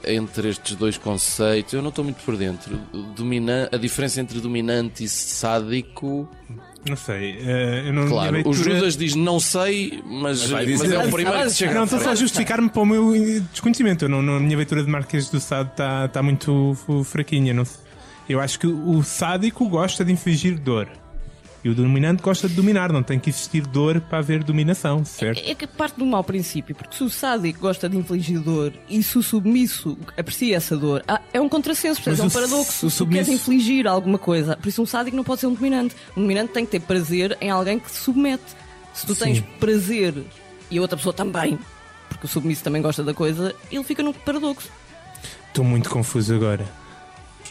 entre estes dois conceitos? Eu não estou muito por dentro. Domina a diferença entre dominante e sádico. Não sei. eh, eu não, minha Claro, o leitura- um Judas diz não sei, mas, vai mas dizer. é o primeiro que chega. Não, à estou só a frente. justificar-me para o meu eh, desconhecimento. Eu não, não- a minha leitura de Marquês do Sado está tá muito fu- fraquinha. Não, sei. eu acho que o sádico gosta de infligir dor. E o dominante gosta de dominar, não tem que existir dor para haver dominação, certo? É que parte do mau princípio, porque se o sádico gosta de infligir dor e se o submisso aprecia essa dor, ah, é um contrassenso, portanto, é um Mas o paradoxo. su- o Se tu queres submisso- infligir alguma coisa, por isso um sádico não pode ser um dominante. Um dominante tem que ter prazer em alguém que se submete. Se tu tens Sim. prazer e a outra pessoa também, porque o submisso também gosta da coisa, ele fica num paradoxo. Estou muito confuso agora.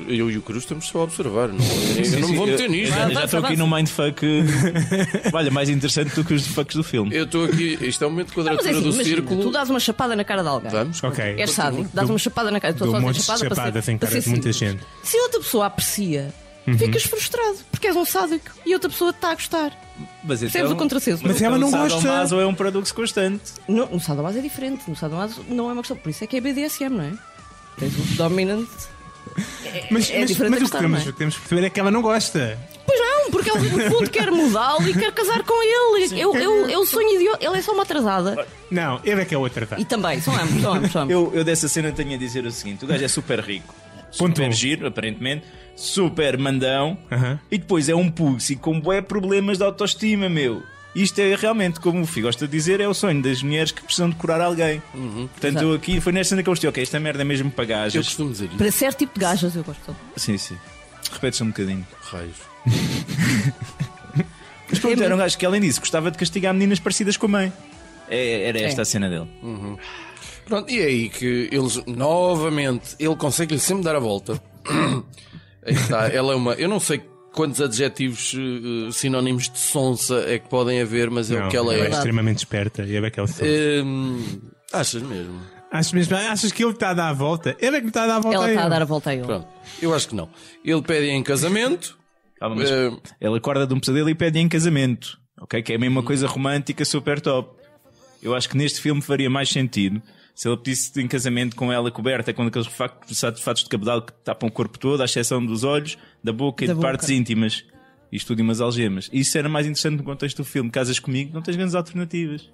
Eu e o Cruz estamos só a observar. Não, eu Sim, não me sim, vou meter eu- nisto. Já, já Avança, estou aqui avança. num mindfuck. eh, Olha, mais interessante do que os fucks do filme. Eu estou aqui. Isto é o momento de Ah, mas quadratura é assim, do imagina, tu círculo. dás uma chapada na cara de alguém. Vamos. Ok. És É sádico, dás Dou- uma chapada na cara, estou dou só a dizer montes de chapada para ser- chapadas em para cara ser de muita simples. gente. Se outra pessoa aprecia, ficas frustrado porque és um sádico e outra pessoa está a gostar. Mas é Percebes o contrassenso? Mas ela não então, gosta. sadomaso é um paradoxo constante. No, no sadomaso é diferente, no sadomaso não é uma questão. Por isso é que é BDSM, não é? Tens o dominant. Mas, É mas- mas diferente a o, que gostar, temos, não é? o que temos que perceber é que ela não gosta. Pois não, porque é ele no fundo quer mudá-lo e quer casar com ele. Eu, eu, eu sonho idiota. Ele é só uma atrasada. Não, ele é que é outra, tá? E também, são ambos, são ambos, são ambos. Eu, eu dessa cena tenho a dizer o seguinte: o gajo é super rico, Ponto super um. giro, aparentemente, super mandão, Aham. e depois é um pussy com bué problemas de autoestima, meu. Isto é realmente, como o Fih gosta de dizer, é o sonho das mulheres que precisam de curar alguém. Portanto, eu aqui foi nesta cena que eu gostei, ok, esta merda é mesmo para Uhum. Eu gajas. costumo dizer isto. Para certo tipo de gajas eu gosto. Sim, sim. Repete-se um bocadinho. Raios. Mas pronto, era um gajo que, além disso, gostava de castigar meninas parecidas com a mãe. É, era esta É. a cena dele. Hum. Pronto, e é aí que eles, novamente, ele consegue-lhe sempre dar a volta. [coughs] aí está, ela é uma. Eu não sei quantos adjetivos eh, sinónimos de sonsa é que podem haver, mas é Não, o que ela ela é. Eh, verdade. extremamente esperta e é que ela se- Hum, achas mesmo? Achas mesmo? Achas que ele está a dar a volta? Ele é que me está a dar a volta Ela a está a ele. dar a volta a ele. Pronto, eu acho que não. Ele pede em casamento. Calma, mas eh, Ele acorda de um pesadelo e pede em casamento. Ok? Que é a mesma Uhum. coisa romântica, super top. Eu acho que neste filme faria mais sentido se ele pedisse em casamento com ela coberta com aqueles fatos, fatos de cabedal que tapam o corpo todo, à exceção dos olhos, da boca e Da de boca. partes íntimas. Isto tudo e umas algemas. Isso era mais interessante no contexto do filme. Casas comigo, não tens grandes alternativas.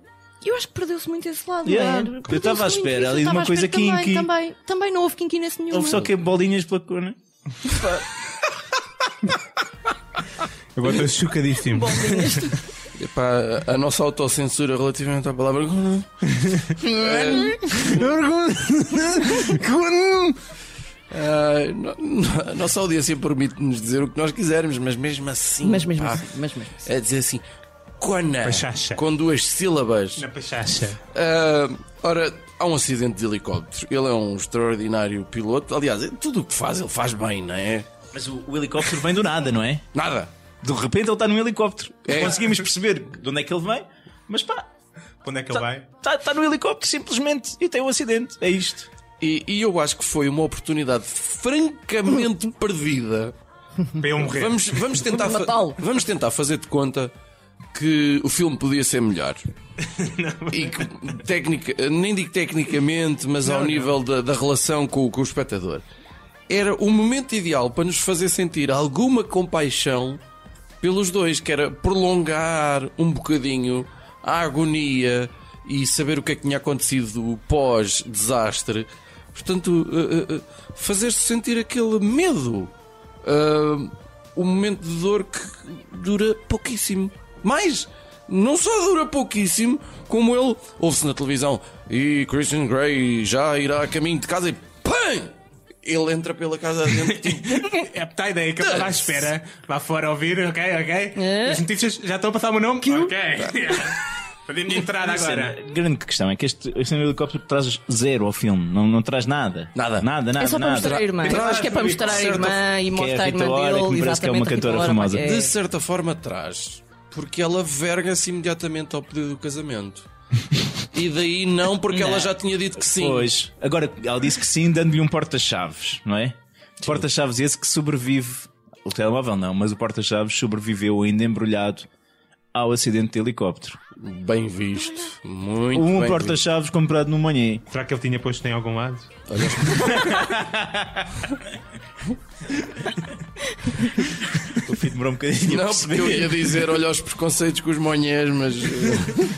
Eu acho que perdeu-se muito esse lado, Yeah. não é? Eu Perdeu-se estava à muito espera isso, ali de eu estava uma à coisa espera também, kinky. Também, também não houve kinkiness nenhum. Houve só que bolinhas pela cona. Agora estou chocadíssimo. Epá, a nossa autocensura relativamente à palavra. um. Ah, no- no- a nossa audiência permite-nos dizer o que nós quisermos, mas mesmo assim. Mas mesmo pá, assim, mas mesmo assim. É dizer assim. Cona, Pachacha. com duas sílabas. Na pachacha. Ah, ora, há um acidente de helicóptero. Ele é um extraordinário piloto. Aliás, é tudo o que faz, ele faz bem, não é? Mas o, o helicóptero vem do nada, não é? Nada. De repente ele está num helicóptero. É. Conseguimos perceber de onde é que ele vem, mas pá, Para onde é que ele vai? Está Tá, no helicóptero simplesmente e tem um acidente. É isto. E, e eu acho que foi uma oportunidade francamente [laughs] perdida. Para eu morrer. Vamos, vamos, tentar Vamos fa- matá-lo. vamos tentar fazer de conta que o filme podia ser melhor. E que, técnica, nem digo tecnicamente, mas ao nível da, da relação com, o- com o espectador. Era o momento ideal para nos fazer sentir alguma compaixão pelos dois, que era prolongar um bocadinho a agonia e saber o que é que tinha acontecido pós-desastre. Portanto, eh, eh, eh, fazer-se sentir aquele medo. Ah, um momento de dor que dura pouquíssimo. Mas não só dura pouquíssimo, como ele ouve-se na televisão e Christian Grey já irá a caminho de casa e PAM! Ele entra pela casa dentro tipo, É a puta ideia que eu estava à espera. Lá fora ouvir, ok, ok. É. As notícias já estão a passar o meu nome? Ok. [laughs] Podemos entrar agora. A grande questão é que este, este helicóptero traz zero ao filme. Não, não traz nada. Nada. Nada, nada. É só para nada. mostrar a irmã. Eu Traz- acho que é para mostrar a certo. irmã e mostrar a Rita irmã Ora, dele. que me parece que é uma exatamente, a Rita cantora Ora, famosa. mas de É... certa forma traz, porque ela verga-se imediatamente ao pedido do casamento. E daí não, porque ela já tinha dito que sim. Pois. Agora, ela disse que sim, dando-lhe um porta-chaves, não é? Porta-chaves esse que sobrevive. O telemóvel não, mas o porta-chaves sobreviveu ainda embrulhado ao acidente de helicóptero. Bem visto. Muito Um bem visto. porta-chaves comprado no Monnier. Será que ele tinha posto em algum lado? O filho demorou um bocadinho a Não, porque perceber. eu ia dizer, olha os preconceitos com os monhés, mas. eh,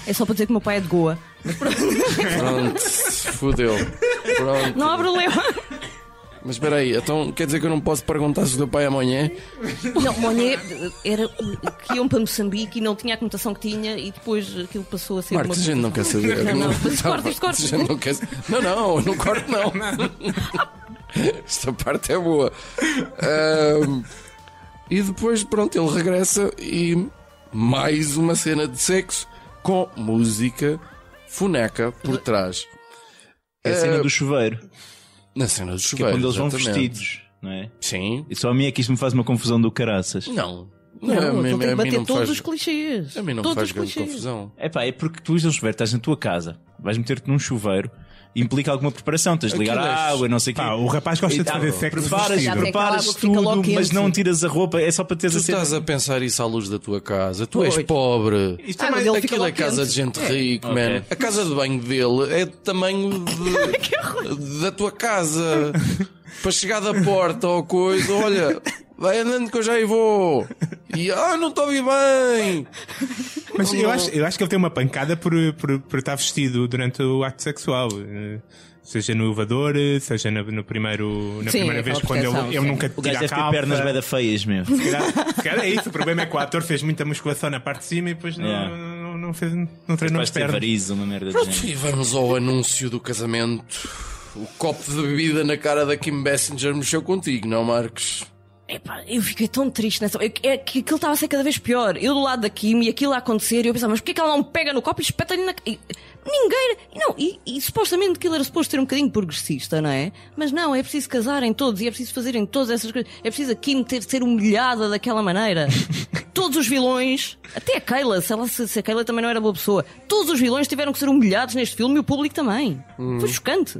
é só para dizer que o meu pai é de Goa. Pronto, fodeu. Pronto. Não há problema. Mas espera aí, então quer dizer que eu não posso perguntar se o teu pai é amanhã? [laughs] Não, Monet era o- que iam para Moçambique e não tinha a conotação que tinha e depois aquilo passou a ser Marcos, a uma... gente não quer saber. Não, não, mas Tá corta, bem, isto corta. a gente não, quer... não, não, eu não corto, não. [laughs] Esta parte é boa. Ahm, e depois, pronto, ele regressa e mais uma cena de sexo com música funeca por trás. É a cena do chuveiro, Na cena do que é chuveiro. quando eles vão exatamente. vestidos, não é? Sim. E só a mim é que isto me faz uma confusão do caraças. Não. Não, a mim- aquilo tem a que mim bater não todos faz- os clichês. A mim não todos faz os grande clichês. confusão. É pá, é porque tu, João Roberto, estás na tua casa, vais meter-te num chuveiro, implica alguma preparação, tens de ligar Aquilo é- a água, não sei o quê. Pá, o é rapaz gosta E de tá, fazer sexo Preparas, vestido. preparas Aquela água que fica logo tudo, quente. mas não tiras a roupa, é só para teres Tu a cena. estás a pensar isso à luz da tua casa. Tu és Pois. pobre. Isto é Ah, mas mais- ele fica Aquilo é logo casa de quente. gente rica, Ok. man. A casa de banho dele é do tamanho [laughs] de- da tua casa. Para chegar da porta ou coisa, olha, vai andando que eu já aí vou. E ah, não estou a ouvir bem. Mas eu acho, eu acho que ele tem uma pancada por, por, por estar vestido durante o ato sexual. Eh, Seja no elevador, eh, seja na- no, primeiro, na Sim, primeira vez aquela quando proteção, ele, eu sim. nunca O tira gajo a deve ter capa. pernas bem feio mesmo. Se calhar- se calhar é isso. O problema é que o ator fez muita musculação na parte de cima e depois não, Yeah. não, não, fez, não treinou Vais as ter pernas. variz, uma merda de género. E vamos ao anúncio do casamento. O copo de bebida na cara da Kim Bessinger mexeu contigo, não, Marcos? Epá, eu fiquei tão triste nessa. É que é que aquilo estava a ser cada vez pior. Eu do lado da Kim e aquilo a acontecer, e eu pensava, mas porquê que ela não pega no copo e espeta-lhe na. e- Ninguém. Não, e, e supostamente aquilo era suposto ser um bocadinho progressista, não é? Mas não, é preciso casarem todos e é preciso fazerem todas essas coisas. É preciso a Kim ter de ser humilhada daquela maneira. todos os vilões, até a Kayla, se, ela, se, se a Kayla também não era boa pessoa, todos os vilões tiveram que ser humilhados neste filme e o público também. Foi chocante.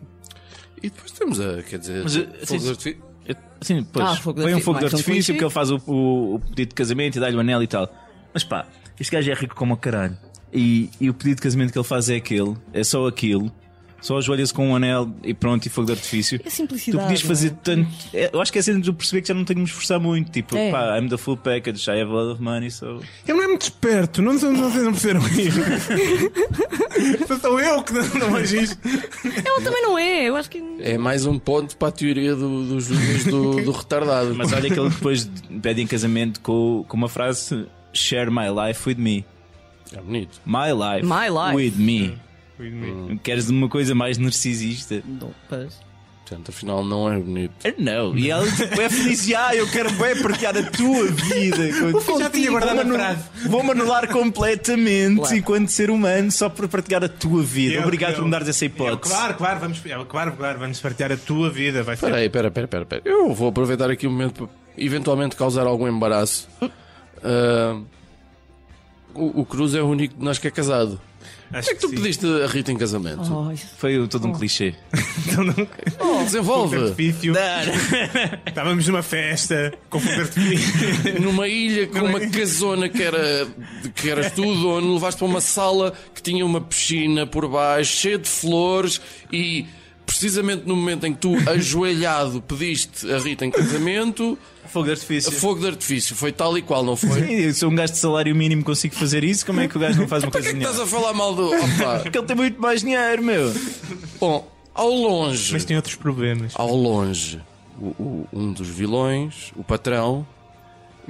E depois temos a, quer dizer, Mas, eh, sim, fogos de artifício. Assim, pois, Ah, fogo de põe um artifício. fogo de Mais artifício artifício. que ele faz o, o- o pedido de casamento e dá-lhe o anel e tal. Mas pá, este gajo é rico como o caralho. E, e o pedido de casamento que ele faz é aquele, é só aquilo. Só ajoelha-se com um anel e pronto, e fogo de artifício. É Tu simplicidade. podias não é? fazer tanto. é, Eu acho que é assim de eu perceber que já não tenho de me esforçar muito. Tipo, É. pá, I'm the full package, I have a lot of money, so. Ele não é muito esperto, não, não, não, não perceberam isso. Sou eu que não, não vejo isto. Ela também não é, eu acho que. É mais um ponto para a teoria do- dos juízes do, do retardado. Mas olha que ele depois [laughs] pede em casamento com, com uma frase: Share my life with me. É bonito. My life, My life. Hum. with me. Queres uma coisa mais narcisista? Não, pois. Portanto, afinal não é bonito. Ah, Não. E ela tipo, é feliz, [laughs] ah, eu quero bem partilhar a tua vida. Eu já tinha guardado a Vou-me frase. anu- Vou-me anular completamente Claro. enquanto ser humano só para partilhar a tua vida. Eu- Obrigado eu- por me dares essa Eu, hipótese. claro, claro, vamos, eu, claro, claro, vamos partilhar a tua vida. Vai ser Espera aí, espera, espera, espera, espera. Eu vou aproveitar aqui o momento para eventualmente causar algum embaraço. Ah, o, o Cruz é o único de nós que é casado. Acho Como é que tu sim. pediste a Rita em casamento? Oh, isso- Foi todo um clichê. Então, não- Desenvolve artifício. Estávamos numa festa com fogo de artifício. numa ilha com uma casona que era que eras tudo, onde levaste para uma sala que tinha uma piscina por baixo, cheia de flores e precisamente no momento em que tu ajoelhado pediste a Rita em casamento, Fogo de artifício. fogo de artifício, foi tal e qual, não foi? Eu sou um gajo de salário mínimo, consigo fazer isso? Como é que o gajo não faz uma coisa Estás nenhuma? a falar mal do. Opa. Porque ele tem muito mais dinheiro, meu. Bom, ao longe. Mas tem outros problemas. Ao longe, o- o- um dos vilões, o patrão,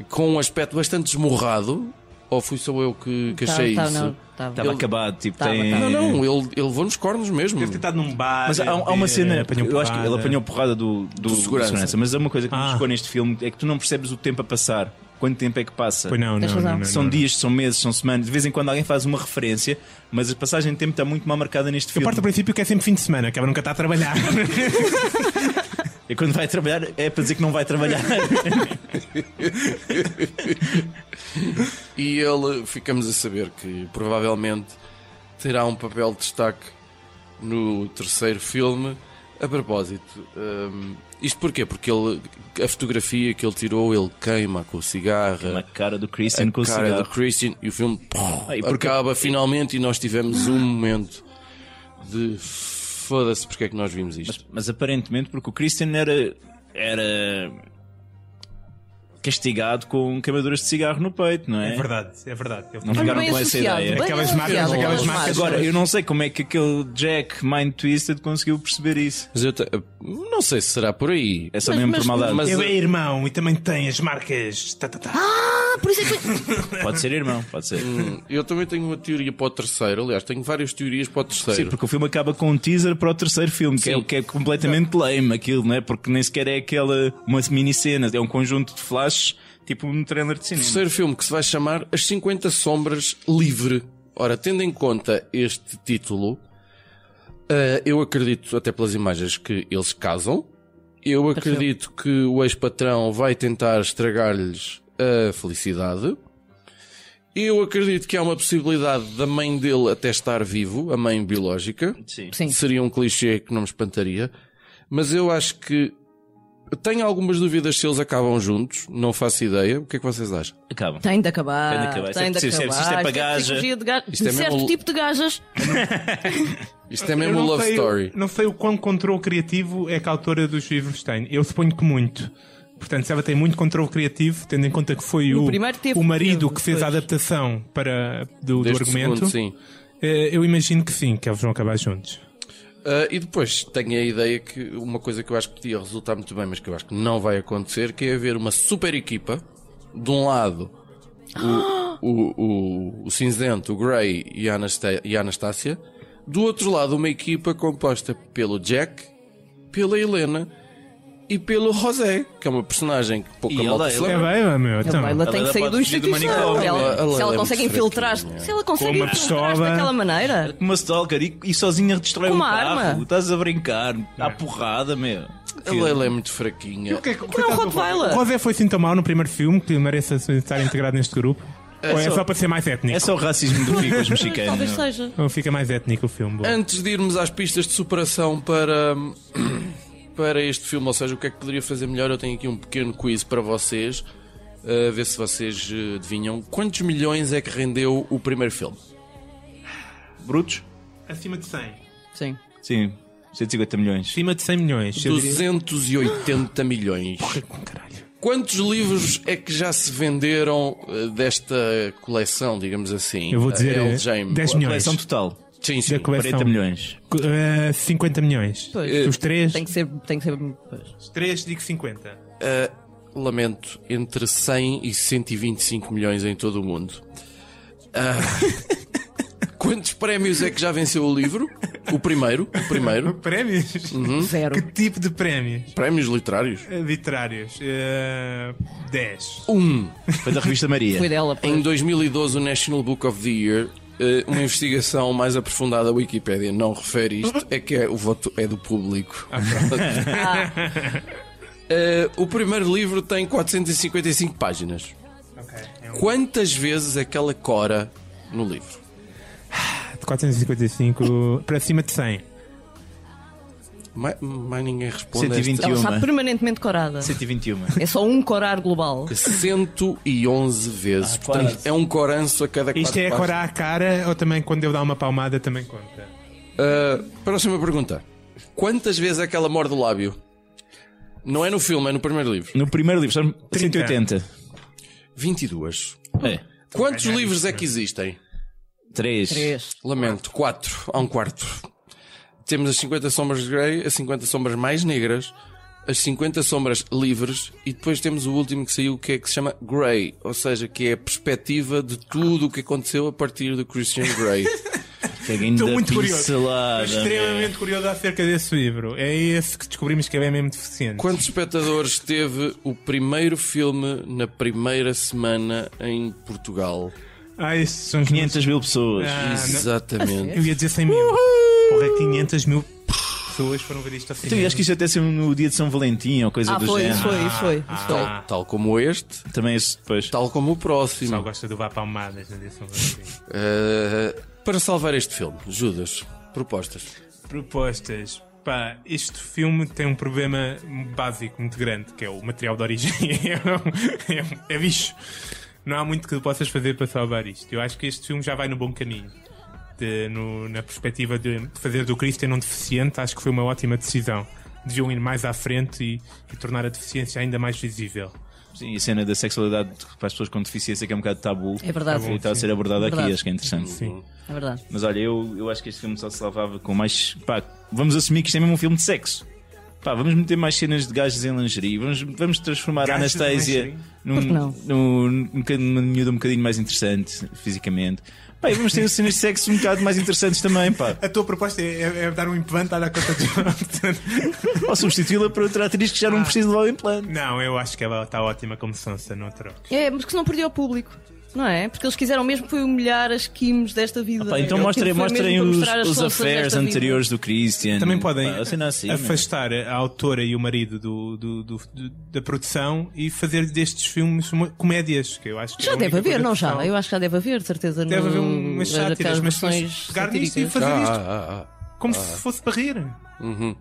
com um aspecto bastante esmorrado. Ou fui só eu que, que Tá, achei tá, isso? não, tá. Estava acabado, tipo, Tava, tem. tava. Não, não, ele, ele levou nos cornos mesmo. Deve ter estado num bar. Mas há, um- há uma cena, eu acho que ele apanhou porrada do, do, do segurança. segurança. mas há uma coisa que me Ah. chocou neste filme é que tu não percebes o tempo a passar, quanto tempo é que passa. Pois não, não, Tens não, razão. não, não. São dias, são meses, são semanas, de vez em quando alguém faz uma referência, mas a passagem de tempo está muito mal marcada neste Eu filme. parto do princípio que é sempre fim de semana, que ela nunca está a [laughs] trabalhar. E quando vai trabalhar, é para dizer que não vai [laughs] trabalhar. E ele, ficamos a saber que provavelmente terá um papel de destaque no terceiro filme. A propósito, hum, isto porquê? Porque ele, a fotografia que ele tirou, ele queima com o cigarro. Uma cara do Christian com o cara do cigarro. Christian e o filme pum, Ah, e porque- acaba finalmente e nós tivemos um momento de foda-se porque é que nós vimos isto. Mas aparentemente, porque o Christian era. Era. castigado com queimaduras de cigarro no peito, não é? É verdade, é verdade. Ele Não Olha, ficaram bem com essa associado, ideia. bem Aquelas associado, marcas, aquelas marcas. Agora, eu não sei como é que aquele Jack Mind Twisted conseguiu perceber isso. Mas eu te- não sei se será por aí. É só Mas- mesmo mas- por maldade. mas- Eu é irmão e também tem as marcas. Tá, tá, tá. Ah, por isso é que. Pode ser irmão, pode ser. Hum, eu também tenho uma teoria para o terceiro. Aliás, tenho várias teorias para o Sim, terceiro. porque o filme acaba com um teaser para o terceiro filme, que é, Sim. que é completamente lame aquilo, não é? Porque nem sequer é aquela uma mini cena, é um conjunto de flashes, tipo um trailer de O cinema. terceiro filme que se vai chamar As 50 Sombras Livre. Ora, tendo em conta este título, eh, eu acredito, até pelas imagens, que eles casam. Eu acredito que o ex-patrão vai tentar estragar-lhes a felicidade. Eu acredito que há uma possibilidade da mãe dele até estar vivo, a mãe biológica. Sim. Sim. Seria um clichê que não me espantaria. Mas eu acho que. Tenho algumas dúvidas se eles acabam juntos. Não faço ideia. O que é que vocês acham? Acaba. Tem de acabar. Tem de acabar. Isto é Tem de preciso, isto é preciso, isto acabar. é para Isto é gaja. psicologia de ga- Isto é de certo mesmo- tipo de gajas. Então, Isto é Eu mesmo um não love sei- story. Não sei o quão controle criativo é que a autora dos livros tem. Eu suponho que muito. Portanto, se ela tem muito controle criativo, tendo em conta que foi No o, primeiro teve- o marido teve, que fez a pois. adaptação para, do, do Deste argumento, segundo, sim. eh, eu imagino que sim, que eles vão acabar juntos. Ah, e depois tenho a ideia que uma coisa que eu acho que podia resultar muito bem, mas que eu acho que não vai acontecer, que é haver uma super equipa. De um lado, o, o, o, o Cinzento, o Grey e a, Anasta e a Anastácia. Do outro lado, uma equipa composta pelo Jack, pela Helena e pelo José, que é uma personagem que pouca E malta ele- se É lembra. bem, é meu, Ela, então. ela tem Ela que sair pode do fugir do instituição. manicômio. Ela- Ela- se ela ela é consegue muito infiltrar, fraquinha. se ela consegue Com uma infiltrar pistola. daquela maneira, Uma stalker e, e sozinha destrói Com um uma carro. arma. Estás a brincar, à porrada, meu. A Leila é muito fraquinha. O que é que- é um coitado do Rottweiler. O José foi assim tão mal no primeiro filme que merece assim estar integrado neste grupo? Ou é só- só para ser mais É étnico? só o racismo do Ficos mexicano. talvez meu. seja. Ou fica mais étnico o filme? boa. Antes de irmos às pistas de superação para, [clears throat] para este filme, ou seja, o que é que poderia fazer melhor, eu tenho aqui um pequeno quiz para vocês, a ver se vocês eh, adivinham quantos milhões é que rendeu o primeiro filme. Brutos? Acima de 100. Sim. Sim, 150 milhões. Acima de 100 milhões. eu diria. 280 milhões. Caralho. Quantos livros é que já se venderam eh, desta coleção, digamos assim? Eu vou da dizer L. eh, James? 10 milhões. Coleção total, Sim, sim. Da coleção. 40 milhões. Qu- eh, 50 milhões. Pois. Os três. Tem que ser. Tem que ser pois. Os três, digo 50. Lamento, entre 100 e 125 milhões em todo o mundo. Ah, quantos prémios é que já venceu o livro? O primeiro, o primeiro. Prémios? Zero. Que tipo de prémios? Prémios literários. Eh, Literários. Eh, 10. Um. Foi da revista Maria. Foi dela. pois. Em 2012, o National Book of the Year, eh, uma investigação mais aprofundada, a Wikipédia não refere isto, é que é, o voto é do público. [laughs] Eh, o primeiro livro tem 455 páginas. Ok. É um... Quantas vezes é que ela cora no livro? De 455 para cima de 100. Mais, mais ninguém responde. a esta- 121. Ela está Uma. permanentemente corada. 121. É só um corar global. [laughs] 111 vezes. Ah, Portanto, quase. é um coranço a cada quatro Isto é passos. agora à cara ou também quando eu dar uma palmada também conta? Ah, próxima pergunta. Quantas vezes é que ela morde o lábio? Não é no filme, é no primeiro livro. No primeiro livro, são 30. 180. 22. É. Quantos livros é que existem? 3. Três. Lamento, 4. Há um quarto. Temos as 50 sombras de Grey, as 50 sombras mais negras, as 50 sombras livres e depois temos o último que saiu que é que se chama Grey, ou seja, que é a perspectiva de tudo o que aconteceu a partir do Christian Grey. Estou muito pincelada. Estou extremamente curioso acerca desse livro. É esse que descobrimos que é bem mesmo deficiente. Quantos espectadores teve o primeiro filme na primeira semana em Portugal? Ah, esses são os 500 mil pessoas. Ah, [laughs] Exatamente. Eu ia dizer 100 mil. Porra, 500 mil pessoas foram ver isto assim. Então, eu acho que isso até ser no dia de São Valentim ou coisa Ah, do foi, género. Ah. isso foi, isso foi. isso foi. Tal, tal como este, Também isso depois. tal como o Só próximo. gosta de levar palmadas né, na direção assim. Uh, para salvar este filme, Judas, propostas. Propostas. Pá, este filme tem um problema básico muito grande, que é o material de origem. [laughs] É, um- é, um- é bicho. Não há muito que possas fazer para salvar isto. Eu acho que este filme já vai no bom caminho. De- no- na perspectiva de fazer do Christian um deficiente, acho que foi uma ótima decisão. Deviam ir mais à frente e, e tornar a deficiência ainda mais visível. Sim, e a cena da sexualidade para as pessoas com deficiência que é um bocado tabu. É verdade. E está a ser abordada aqui, Verdade. acho que é interessante. É verdade. Mas olha, eu, eu acho que este filme só se lavava com mais. Pá, vamos assumir que isto é mesmo um filme de sexo. Pá, vamos meter mais cenas de gajos em lingerie. Vamos, vamos transformar a Gajos em Anastasia lingerie? num, Por que não? num, num, bocadinho- numa miúda um bocadinho mais interessante fisicamente. Pá, e vamos ter cenas de sexo um bocado mais interessantes também, pá. A tua proposta é, é- é dar um implante à Dakota Johnson. Ou substituí-la por outra atriz que já Ah. não precisa de levar o implante. [laughs] não, eu acho que ela está ótima como Sansa, não troco. É, mas que não perdia o público. Não é? Porque eles quiseram mesmo foi humilhar as Kims desta vida. Pá, então Aquilo mostrem, foi mostrem tipo, mesmo para os, mostrar as os soluções affairs desta vida. anteriores do Christian. Também podem Pá, a cena assim, né? afastar a autora e o marido do, do- do- do- da produção e fazer destes filmes uma- comédias, que eu acho que é Já a deve única haver, coisa não que já? salva. Eu acho que já deve haver, de certeza. Deve no- haver um- umas daquelas sátiras, mas um versões depois pegar nisto e satíricas. fazer Ah, isto ah, ah, como se fosse para rir. ah. Uhum.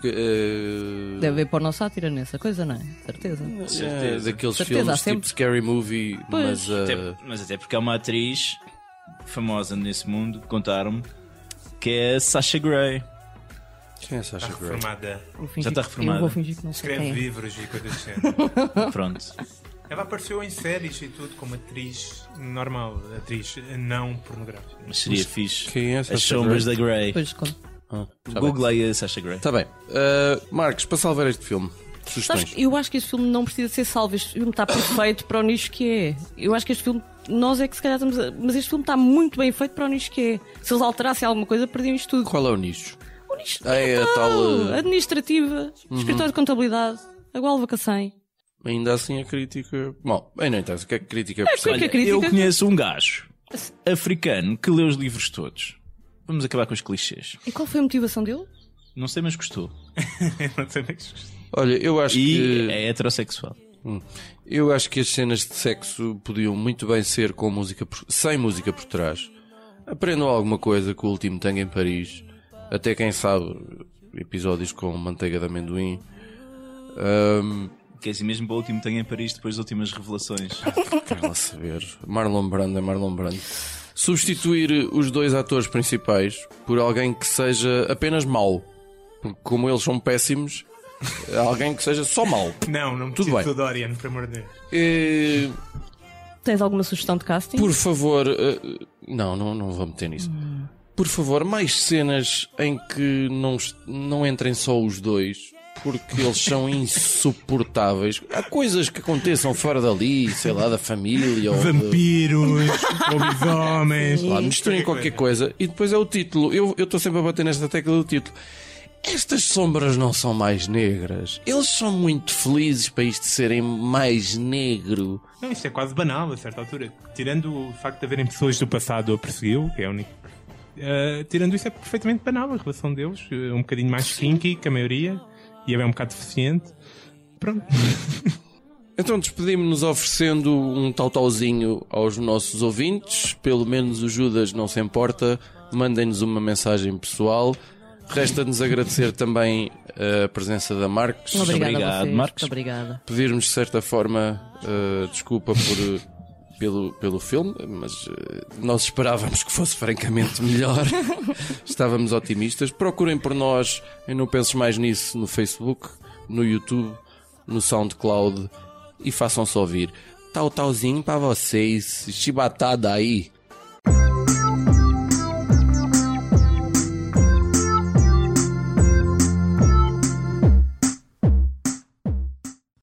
Que, eh, Deve haver pornossátira nessa coisa, não é? De certeza. é, daqueles Certeza, há filmes sempre. tipo Scary Movie, Pois. mas. eh, Até- mas até porque há uma atriz famosa nesse mundo, contaram-me, que é a Sasha Grey. quem é Sasha Grey? Formada, Vou fingir Já está que- reformada. Eu vou fingir que não sei escreve quem. é. livros e coisas do género. [laughs] Ah. Pronto. Ela apareceu em séries e tudo como atriz normal, atriz não pornográfica. Mas seria fixe. Quem é essa As Sasha sombras da Grey. Depois conto. tá Google aí a Sasha Grey. Está bem. Eh, Marcos, para salvar este filme, Sabes, sugestões. eu acho que este filme não precisa ser salvo. Este filme está perfeito para o nicho que é. Eu acho que este filme, nós é que se calhar estamos. a- Mas este filme está muito bem feito para o nicho que é. Se eles alterassem alguma coisa, perdiam isto tudo. Qual é o nicho? O nicho Ah, é a digital, tal, eh, Uhum. administrativa, escritório de contabilidade, a Gualva Cacém. Ainda assim a crítica. Bom, bem, não interessa. O que é que a crítica que- percebe? que- crítica? Eu conheço um gajo africano que lê os livros todos. Vamos acabar com os clichês. E qual foi a motivação dele? Não sei, mas gostou. não sei bem se gostei. Olha, eu acho E que. é heterossexual. Eu acho que as cenas de sexo podiam muito bem ser com música por- sem música por trás. Aprendam alguma coisa com o último tango em Paris. Até quem sabe, episódios com manteiga de amendoim. Ahm, Que é assim mesmo para o último tem em Paris depois das últimas revelações. Quero lá saber. Marlon Brando é Marlon Brando. Substituir os dois atores principais por alguém que seja apenas mau. Porque como eles são péssimos, alguém que seja só mau. Não, não me Tudo tires bem. do Dorian, por amor de Deus. E, Tens alguma sugestão de casting? por favor. eh, Não, não, não vou meter nisso. Por favor, mais cenas em que não, est- não entrem só os dois. Porque eles são insuportáveis. Há coisas que aconteçam fora dali, sei lá, da família ou de- Vampiros, [laughs] lobisomens. Lá, misturem qualquer coisa. E depois é o título. Eu eu estou sempre a bater nesta tecla do título. Estas sombras não são mais negras. Eles são muito felizes para isto serem mais negro. Não, isto é quase banal a certa altura. Tirando o facto de haverem pessoas do passado a persegui-lo, que é a única. Ah, tirando isso, é perfeitamente banal a relação deles. eh, Um bocadinho mais kinky que a maioria. E ele é um bocado deficiente. Pronto. Então despedimos-nos oferecendo um tautauzinho aos nossos ouvintes. Pelo menos o Judas não se importa. Mandem-nos uma mensagem pessoal. Resta-nos agradecer também a presença da Marques. Obrigada Obrigado, a vocês. Marcos. Muito obrigada. pedir-nos de certa forma eh, desculpa por, eh, pelo, pelo filme, mas eh, nós esperávamos que fosse francamente melhor. Estávamos otimistas. Procurem por nós, eu não penses mais nisso, no Facebook, no YouTube, no SoundCloud e façam-se ouvir. Tal, talzinho para vocês, chibatada aí.